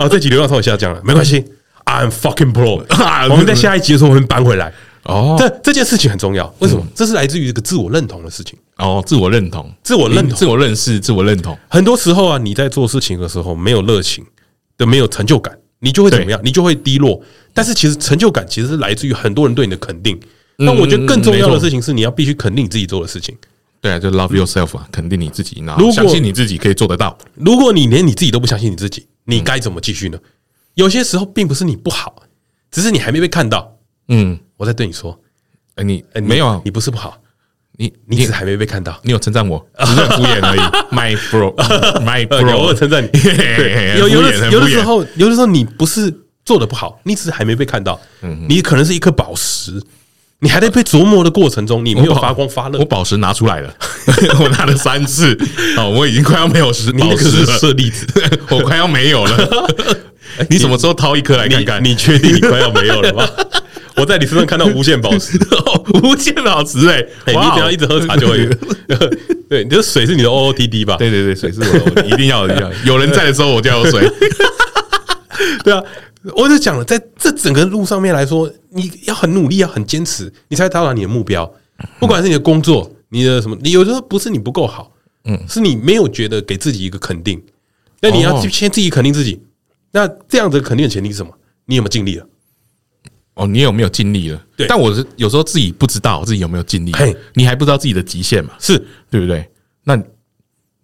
啊，这集流量稍微下降了，没关系，I'm fucking pro
啊。
我们在下一集的时候，我们搬回来。
哦
这这件事情很重要，为什么？这是来自于一个自我认同的事情。
哦，自我认同，嗯
自我认同
自我认识，自我认同。
很多时候啊，你在做事情的时候没有热情的，没有成就感，你就会怎么样？你就会低落。但是其实成就感其实是来自于很多人对你的肯定。
嗯
那我觉得更重要的事情是，你要必须肯定你自己做的事情。
对啊，就 love yourself 啊，肯定你自己，然
如
后
果
相信你自己可以做得到。
如果你连你自己都不相信你自己，你该怎么继续呢？有些时候并不是你不好，只是你还没被看到。
嗯，
我在对你说，
哎你
哎你
没有啊？
你不是不好，
你你
你只是还没被看到。
你有称赞 我，只是很敷衍而已。My bro，my
呃，有我
bro，
称赞你。
对
有
哎
有
敷衍
的
很
有的
敷衍
时候，有的时候你不是做的不好，你只是还没被看到，
嗯
你可能是一颗宝石，你还在被琢磨的过程中，你没有
我宝
发光发热
我，宝石拿出来了， 我拿了三次，哦，我已经快要没有石
你那
宝
个
石
是
了，
舍利子，
我快要没有 了。你什么时候掏一颗来看看？
你你确定你快要没有了 吗？我在你身上看到无限宝石，
无限宝石哎，
哎你
哇哦
只要一直喝茶就会有。 对，你的水是你的 OOTD 吧？
对对对，水是我的，我一定要的一定要的。有人在的时候我就要有水。
对啊，我就讲了，在这整个路上面来说，你要很努力啊，很坚持，你才会达到你的目标。不管是你的工作，你的什么，你有时候不是你不够好，嗯，是你没有觉得给自己一个肯定。那你要
哦
先自己肯定自己。那这样子肯定的前提是什么？你有没有尽力了？
哦，你有没有尽力了？
对
但我是有时候自己不知道自己有没有尽力
嘿，
你还不知道自己的极限嘛，
是
对不对？那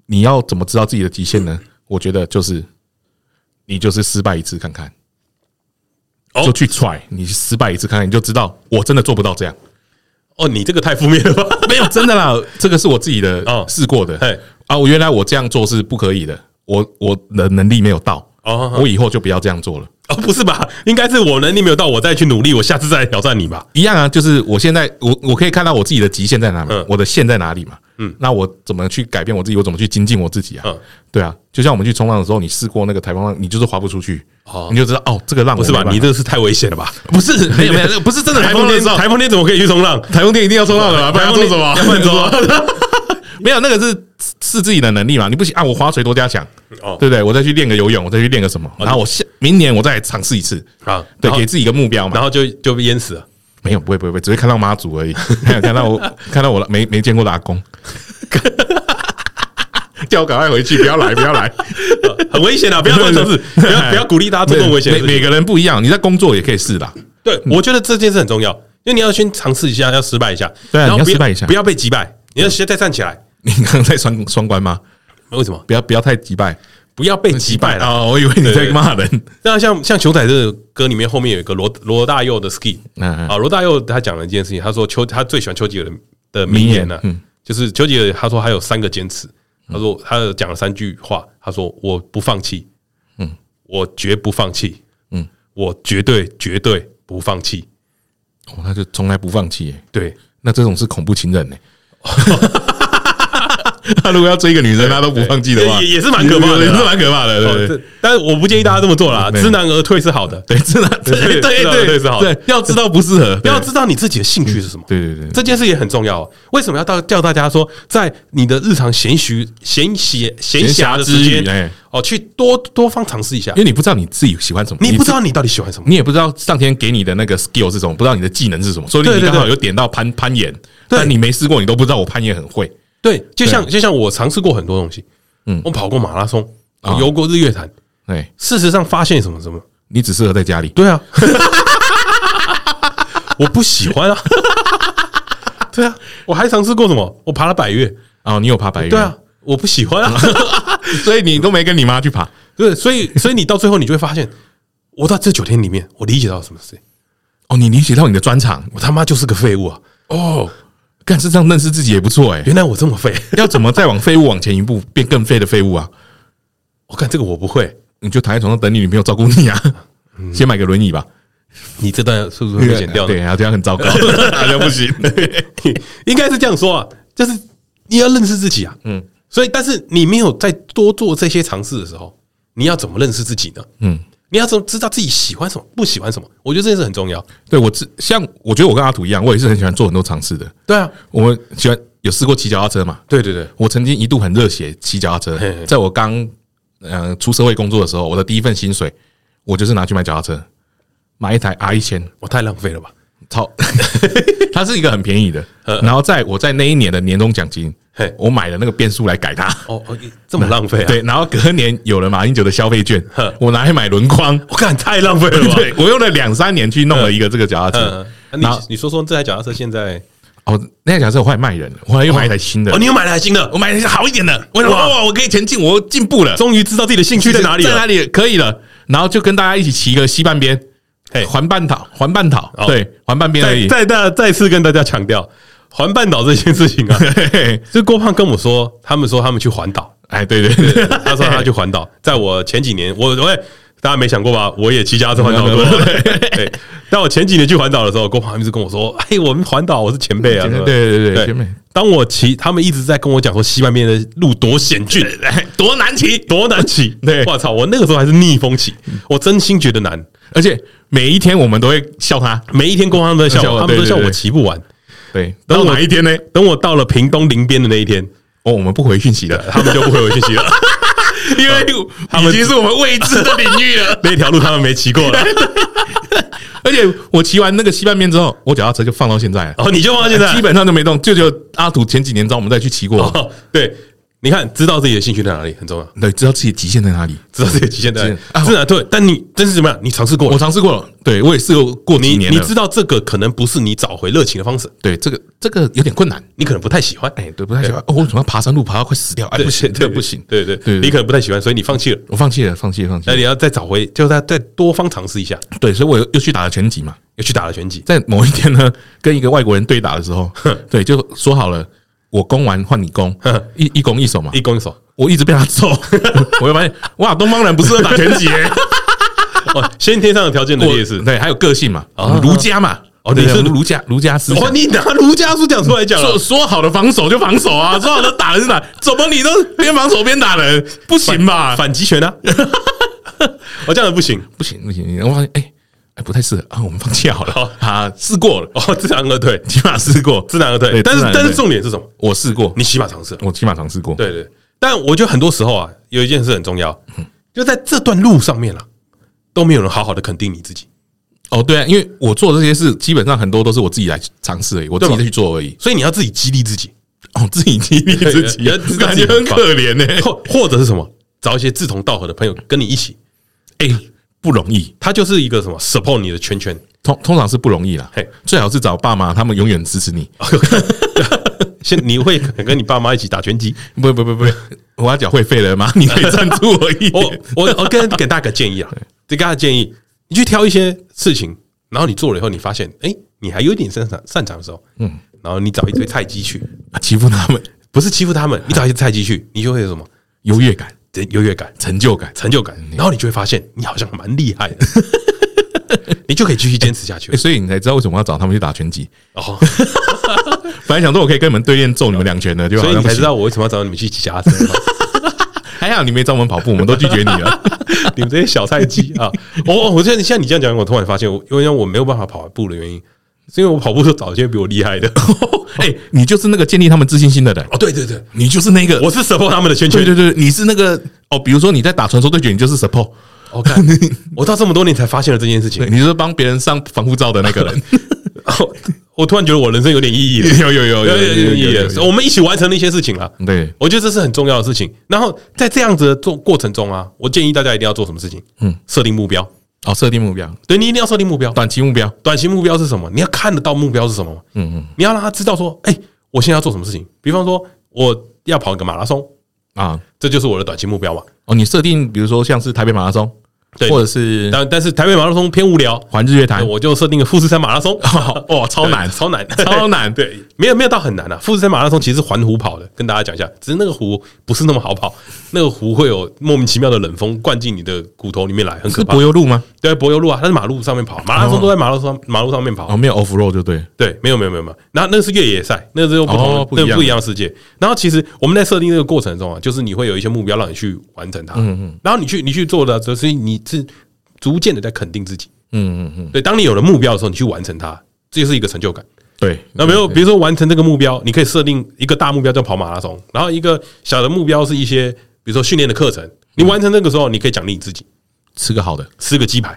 你要怎么知道自己的极限呢？我觉得就是你就是失败一次看看，
哦
就去 try，你失败一次看看，你就知道我真的做不到这样。
哦，你这个太负面了 吧？
没有真的啦，这个是我自己的
哦
试过
嘿
的啊，我原来我这样做是不可以的，我我的能力没有到，
哦
我以后就不要这样做了。
哦，不是吧？应该是我能力没有到，我再去努力，我下次再来挑战你吧。
一样啊，就是我现在我我可以看到我自己的极限在哪嘛
嗯，
我的线在哪里嘛，嗯，那我怎么去改变我自己，我怎么去精进我自己啊
嗯？
对啊，就像我们去冲浪的时候，你试过那个台风浪，你就是划不出去，
哦
你就知道哦，这个浪
不
我
是吧？
没办法
你这个是太危险了吧？
不 是没有没有不是真的
台风
的
天，
时候，
台风天怎么可以去冲浪？
台风天一定要冲浪的啦，不然要做什么？
要 不然做什么？
没有那个是是自己的能力嘛，你不行啊，我划水多加强，
哦
对不对？我再去练个游泳，我再去练个什么，然后我下明年我再尝试一次，
啊，
对，
然后
给自己一个目标嘛
然。后就就被淹死了。
没有，不会不会不会，只会看到妈祖而已， 还有看到我看到我没没见过的阿公， 叫我赶快回去，不要来不要 来，
呃很 危险啊！不要乱尝试，不要不要鼓励大家啊做这种危险的
每
事
每
情。
个人不一样，你在工作也可以试啦。
对，我觉得这件事很重要，因为你要先尝试一下，要失败一下，
对啊
然
你
后
要
不
失败一下
不要被击败，你要先再站起来。
你刚刚在双双关吗？
为什么
不要不要太击败，
不要被击败了？
啊！我以为你在骂人。
那像像球仔这个歌里面后面有一个罗罗大佑的 ski
嗯嗯
啊，罗大佑他讲了一件事情，他说丘他最喜欢丘吉尔的的名言嗯呢、就是丘吉尔他说他有三个坚持，他说他讲了三句话，他说我不放弃，嗯，我绝不放弃，嗯，我绝对绝对不放弃，
哦，他就从来不放弃、耶
对，
那这种是恐怖情 人呢、他如果要追一个女生，他都不放弃的话，
也也是蛮可怕的啦
也是蛮可怕的，对
哦
对
这
对。
但是我不建议大家这么做啦，
对
知难而退是好的。
对，知道，对对
知道
对
嗯 对是好的
对，要知道不适合，
要
对
知道你自己的兴趣是什么，
对对对对
这件事也很重要哦。为什么要到叫大家说，在你的日常闲许闲闲闲暇的时
闲暇之余哎
间，哦，去多多方尝试一下
因，为你不知道你自己喜欢什么，
你不知嗯道你到底喜欢什么
自，。你也不知道上天给你的那个 skill 是什么，不知道你的技能是什么，所以
对
你
对
刚好
对
有点到攀攀岩，但你没试过，你都不知道我攀岩很会。
对，就像就像我尝试过很多东西，嗯，啊我跑过马拉松，我游过日月潭，
哎，
事实上发现什么什么，
你只适合在家里，
对啊， 我不喜欢啊， 对啊，我还尝试过什么？我爬了百越，
哦，你有爬白云，
对啊，，我不喜 欢啊，
所以你都没跟你妈去爬，
对，所以所以你到最后你就会发现，我到这九天里面，我理解到什么事情，
哦，你理解到你的专长
我他妈就是个废物啊！
哦，干是这样认识自己也不错 哎、
原来我这么废，
要怎么再往废物往前一步，变更废的废物啊？
我看这个我不会，
你就躺在床上等你女朋友照顾你啊，先买个轮椅吧，
你这段是不是会剪嗯掉呢？
对啊，这样很 糟糕，好像不行。
应该是这样说啊，就是你要认识自己啊，嗯，所以但是你没有再多做这些尝试的时候，你要怎么认识自己呢？嗯，你要怎么知道自己喜欢什么，不喜欢什么？我觉得这件事很重要。
对我自像我觉得我跟阿土一样，我也是很喜欢做很多尝试的。
对啊，
我们喜欢有试过骑脚踏车嘛？
对对对，
我曾经一度很热血骑脚踏车，
嘿嘿
在我刚呃出社会工作的时候，我的第一份薪水我就是拿去买脚踏车，买一台 R 一千，
我太浪费了吧？
超， 它是一个很便宜的。然后在我在那一年的年终奖金
嘿，
我买了那个变速来改它。
哦哦，这么浪费啊？
对，，然后隔年有了马英九的消费券
呵，
我拿来买轮 框。
我看太浪费了吧？
对我用了两三年去弄了一个这个脚踏车
嗯，，
然后
那你你说说这台脚踏车现在
哦，那台脚踏车我后来卖人了，我后来又买一台新的
哦，，你又买了台新的
我，买了一台好一点的，我想说
哇
哇，我可以前进，我进步了，
终于知道自己的兴趣在哪里
在哪
了。
里可以了，然后就跟大家一起骑个西半边
嘿，
环半岛，环半岛，
哦
对，环半边而
再
已。
再大再次跟大家强调，环半岛这件 事情啊，
嘿嘿
就郭胖跟我说，他们说他们去环岛，
哎，对对 对，
他说他去环岛，在我前几年，我我也大家没想过吧？我也骑脚踏车环岛
没
过
有没有。
对，但我前几年去环岛的时候，郭胖一直跟我说：“哎，我们环岛，我是前辈啊。
前
什
辈
么”
对对对前辈
当我骑，他们一直在跟我讲说西半边的路多险峻，
多难骑，
多难骑。
对嗯
我操！我那个时候还是逆风骑，我真心觉得难。
而且每一天我们都会笑他。
每一天郭胖都在笑
笑我
我，他们都
对对
笑我
对
骑不完。
对，到
然后我
哪一天呢？
等我到了屏东林边的那一天，
哦，我们不回讯息呃了，
他们就不回我信息了。
因为他们已经是我们未知的领域了。
那条路他们没骑过了，
而且我骑完那个西半边之后，我脚踏车就放到哦现在了，
哦
哎
然后你就忘到现在
基。本上就没动。就就阿土前几年找我们再去骑过，
哦，对，你看，知道自己的兴趣在哪里很重要，
对，知道自己的极限在哪里。
知道自己的极限在哪里
是啊
是啊，对。但你真是怎么样？你尝试过
我
了，
尝试过了，对我也试过过几
你
年
你
了
知。道这个可能不是你找回热情的方式，
对，这个这个有点困难。
你可能不太喜欢。
哎，对，不太喜欢。哦，我怎么要爬山路爬到快死掉？哎，
对
不行，这
对
不行。
对对
对，
你可能不太喜欢，所以你放弃了。
我放弃了，放弃了，放弃
那
了。
你要再找回，就是再再多方尝试一下，
对，所以我又又去打了拳击嘛。
又去打了拳击。
在某一天呢， 跟一个外国人对打的时候，对，就说好了，我攻完换你攻，一一攻一守嘛
一。攻一守，
我一直被他揍，我就发现哇，东方人不适合打拳击、欸，
哦，先天上的条件的
我
劣势。
对，还有个性嘛
啊，
儒家嘛，
哦
对
你是
儒儒家儒家思
哦，
想。
你拿儒家书讲出来讲
说
了，
说好的防守就防守 啊，说好的打人就打，怎么你都边防守边打人，不行吧？
反击拳啊！我这样子不行。
不行不行，我发现哎。哎，不太适合啊！我们放弃好了
好
啊，试过了，
哦，自然而对，
起码试过，
自然而对。但是
自然而
但是
退
重点是什么？
我试过，
你起码尝试。
我起码尝试过，
对对，但我觉得很多时候啊，有一件事很重要，
嗯
就在这段路上面啊，都没有人好好的肯定你自己。
哦，对啊，因为我做这些事，基本上很多都是我自己来尝试而已，我自己
对吧
去做而已。
所以你要自己激励自己，
哦，自己 激励自己，
对自己
感觉很可怜欸呢、
或或者是什么，找一些志同道合的朋友跟你一起，
哎、不容易，
他就是一个什么 support 你的圈圈。
通通常是不容易啦
嘿。
最好是找爸妈，他们永远支持你。
先你会可能跟你爸妈一起打拳击。
不不不不，我要缴会费了吗？你可以赞助 我一
我
点。
我我跟给大家个建议啊，给大家建议，你去挑一些事情，然后你做了以后，你发现，哎，你还有一点擅长擅长的时候，嗯，然后你找一堆菜鸡去，
啊欺负他们，
不是欺负他们，你找一些菜鸡去，你就会有什么
优越感、
优越感。
成就感。
成就感，然后你就会发现你好像蛮厉害的， 你就可以继续坚持下去
哎、。所以你才知道为什么要找他们去打拳击。
哦，
本来想说我可以跟你们对练揍你们两拳的，就
所以你才知道我为什么要找你们去骑脚踏车。
还哎好你没找我们跑步，我们都拒绝你了。
你们这些小菜鸡啊！我我现在现在你这样讲，我突然发现，我因为我没有办法跑步的原因，是因为我跑步都找一些比我厉害的。
哎、你就是那个建立他们自信心的人，
哦，对对对，
你就是那个
我是 support 他们的圈
对
圈。
对对，你是那个哦，比如说你在打传说对决，你就是 support，
我看，我到这么多年才发现了这件事情
对，。你就是帮别人上防护罩的那个人。
哦我突然觉得我人生有点意义了，
有有 有 哦
有点意义了。我们一起完成了一些事情了。
对，
我觉得这是很重要的事情。然后在这样子的做过程中啊，我建议大家一定要做什么事情？嗯，设定目标。
哦，设定目标，
对你一定要设定目标。
短期目标，
短期目标是什么？你要看得到目标是什么吗？嗯嗯，你要让他知道说，哎、我现在要做什么事情。比方说，我要跑一个马拉松，
啊，
这就是我的短期目标嘛。
哦，你设定比如说像是台北马拉松，
对
或者是
但但是台北马拉松偏无聊，
环日月潭，
我就设定个富士山马拉松，
啊哦，超难，
对超难，
超难，
对，没有没有到很难啊。富士山马拉松其实是环湖跑的，跟大家讲一下，只是那个湖不是那么好跑，那个湖会有莫名其妙的冷风灌进你的骨头里面来，很可
是
怕
柏。油路吗？
对，柏油路啊，它是马路上面跑，马拉松都在马路上马路上面跑
哦，。没有 off road 就对，
对，没有没有没有没有，那那是越野赛，那是又不同的，
哦不一
那
样
不一样的世界。然后其实我们在设定这个过程中啊，就是你会有一些目标让你去完成它，嗯嗯，然后你去你去做的，所以你是逐渐的在肯定自己。
嗯嗯嗯，
对，当你有了目标的时候，你去完成它，这就是一个成就感。
对，
那没有，比如说完成这个目标，你可以设定一个大目标叫跑马拉松，然后一个小的目标是一些比如说训练的课程。你完成那个时候，你可以奖励你自己
吃个好的，
吃个鸡排，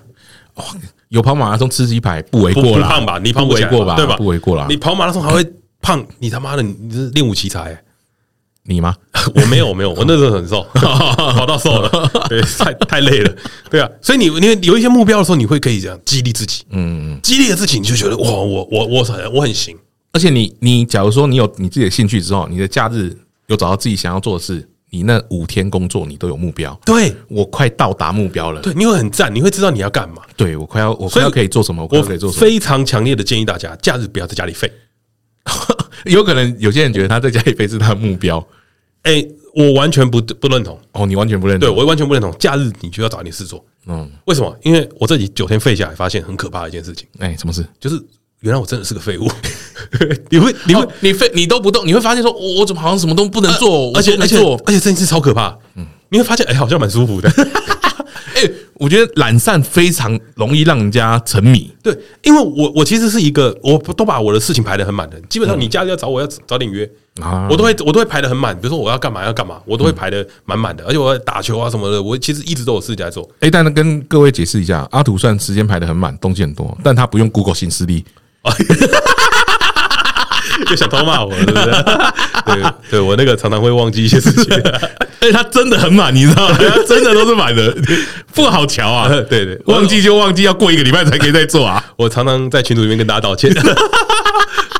有跑马拉松吃鸡排不为
不
过
不
啦，
胖吧？你胖
不
不起
为
来
过吧？
对吧？
不为过啦
你，跑马拉松还会胖？你他妈的，你这是练武奇才、欸！
你吗？
我没有，我没有，我那时候很瘦，跑到瘦了，对，太太累了，对啊，所以你你有一些目标的时候，你会可以这样激励自己，嗯，激励了自己，你就觉得哇，我我我很我很行，
而且你你假如说你有你自己的兴趣之后，你的假日有找到自己想要做的事，你那五天工作你都有目标，
对
我快到达目标了，
对，你会很赞，你会知道你要干嘛。
对我快要我快要可以做什么，我快
我
要可以做什么。
非常强烈的建议大家，假日不要在家里废。
有可能有些人觉得他在家里飞是他的目标，
哎，我完全不不认同，
哦，你完全不认
对
同，
我完全不认同，假日你就要找点事做，
嗯，
为什么？因为我这几九天废下来，发现很可怕的一件事情，
哎，什么事？
就是原来我真的是个废物。 你会你会
哦呃你飞你都不动，你会发现说，我我怎么好像什么都不能做，
而且
我都
而
没
且
做，嗯
而且这件事超可怕，你会发现哎、好像蛮舒服的，
哎，我觉得懒散非常容易让人家沉迷，
对，因为我我其实是一个我都把我的事情排得很满的，基本上你假日要找我要早点约
嗯啊
我都会我都会排得很满，比如说我要干嘛要干嘛，我都会排得满满的，
嗯
而且我要打球啊什么的，我其实一直都有事情在做。
哎，但是跟各位解释一下，阿土算时间排的很满，东西很多，但他不用 Google 新势力，
就想偷骂我，对不对？ 对，对我那个常常会忘记一些事情。
而且他真的很满，你知道吗？他真的都是满的，不好瞧 啊。
对对，
忘记就忘记，要过一个礼拜才可以再做啊。
我常常在群组里面跟大 家道歉，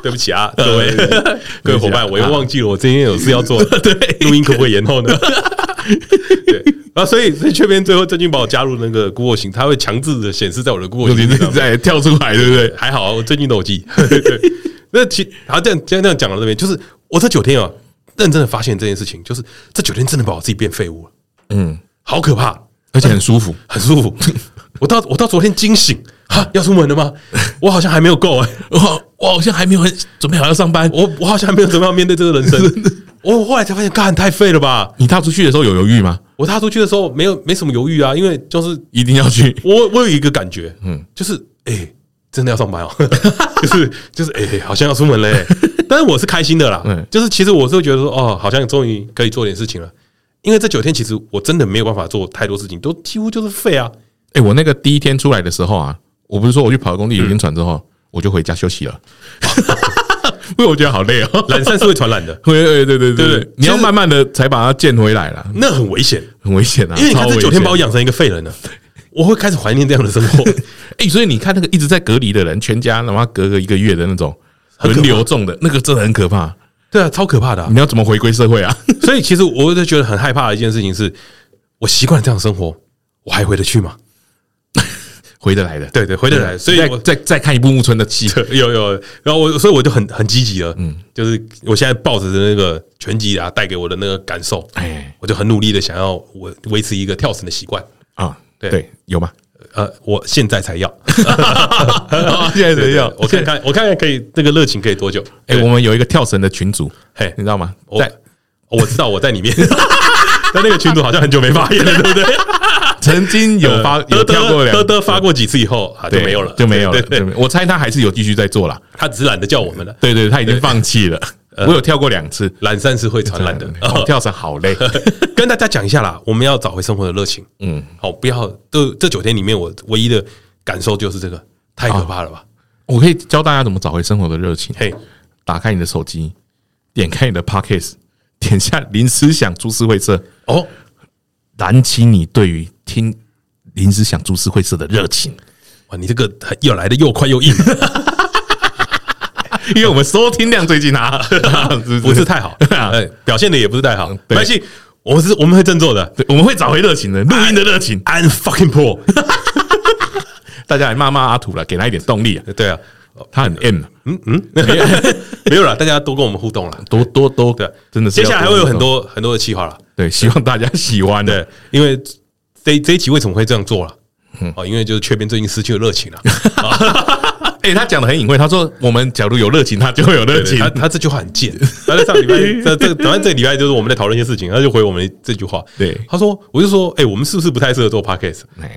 对不起啊，各位
呃
各
啊
位伙伴，我又忘记了我今天有事 要做，对，录音可不可以延后呢？对，然后所以所以雀边最后郑俊把我加入那个 Google 型，它会强制的显示在我的 Google
有点
型上。
在跳出来，对不对？
还好啊，我最近都有记。 对，那其好这样这样这样讲到这边，就是我这九天啊，认真的发现这件事情，就是这九天真的把我自己变废物了，
嗯，
好可怕。
而且很舒服。
很舒服。 我到我到昨天惊醒，哈，要出门了吗？我好像还没有够哎、
我我好像还没有很准备好要上班。
我我好像还没有怎么样面对这个人生。我后来才发现，干太废了吧？
你踏出去的时候有犹豫吗？
我踏出去的时候没有没什么犹豫啊，因为就是
一定要去，
我我有一个感觉，嗯，就是哎、欸真的要上班哦， 就是就是哎、欸好像要出门嘞、但是我是开心的啦，
嗯
就是其实我是会觉得说，哦，好像终于可以做点事情了。因为这九天其实我真的没有办法做太多事情，都几乎就是废啊。
哎、我那个第一天出来的时候啊，我不是说我去跑工地有晕船之后，我就回家休息 了，因嗯为我觉得好累哦。
懒散是会传染的，
会， 对对对
对
对
对
对，你要
其实
慢慢的才把它建回来啦，
那很危险，
很危险啊！
因为你看
超
这
危
九天
险
把我养成一个废人了，啊 我会开始怀念这样的生 活。
哎、所以你看那个一直在隔离的人，全家他妈隔个一个月的那种
很可
轮
怕
流中的那个，真的很可怕。
对啊，超可怕的啊、
你要怎么回归社会啊？
所以其实我就觉得很害怕的一件事情是，我习惯了这样的生活，我还回得去吗？
回得来的，
对对，回得来。所以
再
我
再再看一部木村的戏，
有有，然后我所以我就很很积极了，嗯，就是我现在抱着那个拳击啊带给我的那个感受，
哎
我就很努力的想要我维持一个跳绳的习惯。
啊，
对
对，有吗？
呃，我现在 才要，
现在怎样？
我看看，我看看可以那个热情可以多久？
哎，
对
我们有一个跳绳的群组，
嘿
你知道吗？
我哦
在
我知道我在里面， 但那个群主好像很久没发言了，对不对？
啊曾经有 发有跳过
德
两，
德发过几次以后啊，就
对
没有了，
就没有了。
对对
就没有我猜他还是有继续在做啦。
他只是懒得叫我们了。
对对，呃他已经放弃了。我有跳过两次，
懒散是会传染的，
哦跳绳好 累。
跟大家讲一下啦，我们要找回生活的热情。嗯，好，不要这这九天里面，我唯一的感受就是这个太可怕了
哦
吧？
我可以教大家怎么找回生活的热情。
嘿，
打开你的手机，点开你的 Podcast，点下林思想株式会社，
哦，
燃起你对于听林思想株式会社的热情。
哇，你这个很又来的又快又硬，啊
因为我们收听量最近 啊，是啊嗯
不是 太好，哎，表现的也不是太好，没关系，我们是我们会振作的。
对，我们会找回热情的，录音的热情。
I'm fucking pro，
大家来骂骂阿土了，给他一点动力啊！
对 啊，
他很 M，
嗯嗯，没有 啦，大家多跟我们互动啦。
多多多，
对，
真的是
接
要
下来还会有很
多
多很多的计划啦。
对，希望大家喜欢的。
对，因为这这一集为什么会这样做了？哦，因为就是雀边最近失去了热情了。
哎，他讲的很隐晦，他说我们假如有热情，他就会有热
对对
情
他。他这句话很贱。他在上 礼拜，这这反正这个礼拜就是我们在讨论一些事情，他就回我们这句话。
对
他说，我就说，哎、我们是不是不太适合做 podcast？
哎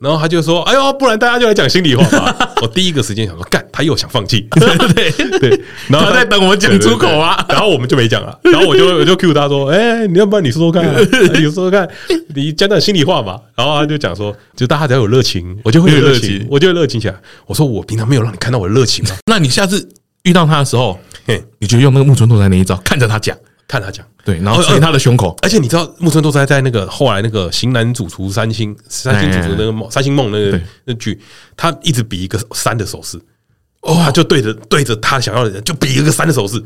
然后他就说，哎呦，不然大家就来讲心里话 吧。我第一个时间想说，干，他又想放弃。
对 对对，
然后
他在等我们讲出口啊
对对对然后我们就没讲了。然后我就我就 Q 他说：“哎、你要不然你说 说看啊、你说说看，你讲讲心里话嘛。”然后他就讲说：“就大家只要有热情，我就会有热
有热
情
情，
我就会热情起来。”我说：“我平常没有让你看到我的热情嘛。啊
那你下次遇到他的时候，”
嘿，
你就用那个木村拓哉那一招，看着他讲，
看他讲。
对，然后捶他的胸口，
而且你知道木村拓哉在那个后来那个《型男主厨三星三星主厨》那个梦三星梦那个
哎对
那剧，他一直比一个三的手势，哦，他就对着对着他想要的人就比一个三的手势，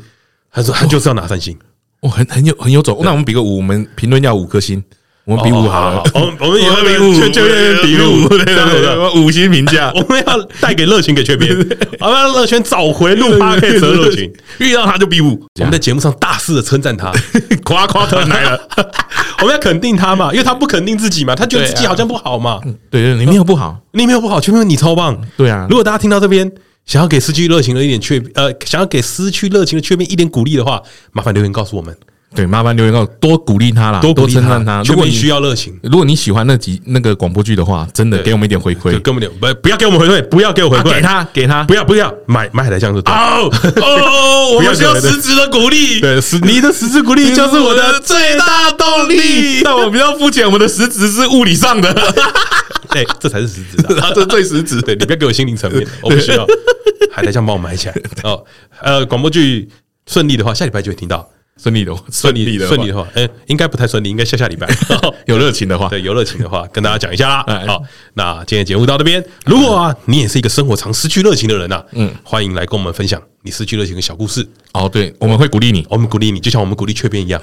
他说他就是要拿三星，
我很很有很有种。那我们比个五，我们评论要五颗星，我们比五哦好了。
我们我们也会比五，
全
全全
全
比五，
对
对对对。
对，啊五星评价。
我们要带给乐群给全别， 我们让乐圈找回录 p o d 的 热情。
遇到他就比武，
我们在节目上大肆的称赞他，
夸夸团来了。
我们要肯定他嘛，因为他不肯定自己嘛，他觉得自己
对啊
好像不好嘛。
对对，你没有不好，
你没有不好，全面你超棒。
对啊
如果大家听到这边，想要给失去热情的一点雀，呃，想要给失去热情的雀面一点鼓励的话，麻烦留言告诉我们，
对，麻烦留言告诉我多鼓励他啦，
多鼓励
称赞他。
雀
如果
面
你
需，要热情，
如果你喜欢那集那个广播剧的话，真的
对
给我们一点回
就
馈，
根本就不不要给我们回馈，不要给我回
啊
馈，
给他给他。
不要不要买买来这样就对了。
哦哦，我
不要
们需要
给我
实质的鼓励，
对，实你的实质鼓励就是我的
最大动
力
但我比较肤浅，我们的实质是物理上的，
对，哎这才是实质的。
啊这最实质。
对，你不要给我心灵层面，我不需要。 海苔酱帮我买 起来哦。呃，广播剧顺利的话，下礼拜就会听到。
顺利的，顺利的，
顺利的话，哎，应该不太顺利，应该下下礼拜。
有热情的话，
对， 有热情的话，跟大家讲一 下啦。
哎
好，那今天节目到这边。如果啊，你也是一个生活常失去热情的人呐、嗯，欢迎来跟我们分享你失去热情的小故事。
哦，对，我们会鼓励你，
我们鼓励你，就像我们鼓励雀边一 样，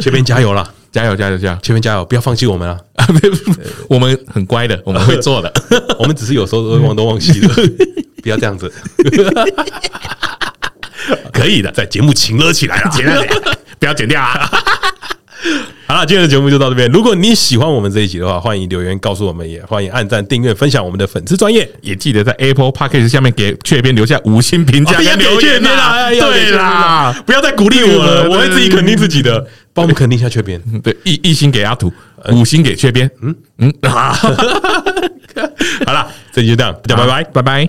雀边加油啦，
加油，加油，加 油！
雀边加油，不要放弃我们啊！
啊没有我们很乖的，我们会做的。
我们只是有时候会忘东忘 西的，不要这样子。 可以的，在节目请了起来了，
剪掉，剪 掉不要剪掉啊！
好了，今天的节目就到这边。如果你喜欢我们这一集的话，欢迎留言告诉我们，也欢迎按赞、订阅、分享我们的粉丝专业。
也记得在 Apple Podcast 下面给雀边留下五星评价
哦要
跟
给
留
确
言
定啦，
啦。
哎要给
对
确定
啦，
不要再鼓励我了，我会自己肯定自己的。帮我们肯定一下缺 边，
对，一一星给阿土，五星给缺边，嗯嗯，好
好了，这集就这样，大家拜拜。
拜拜。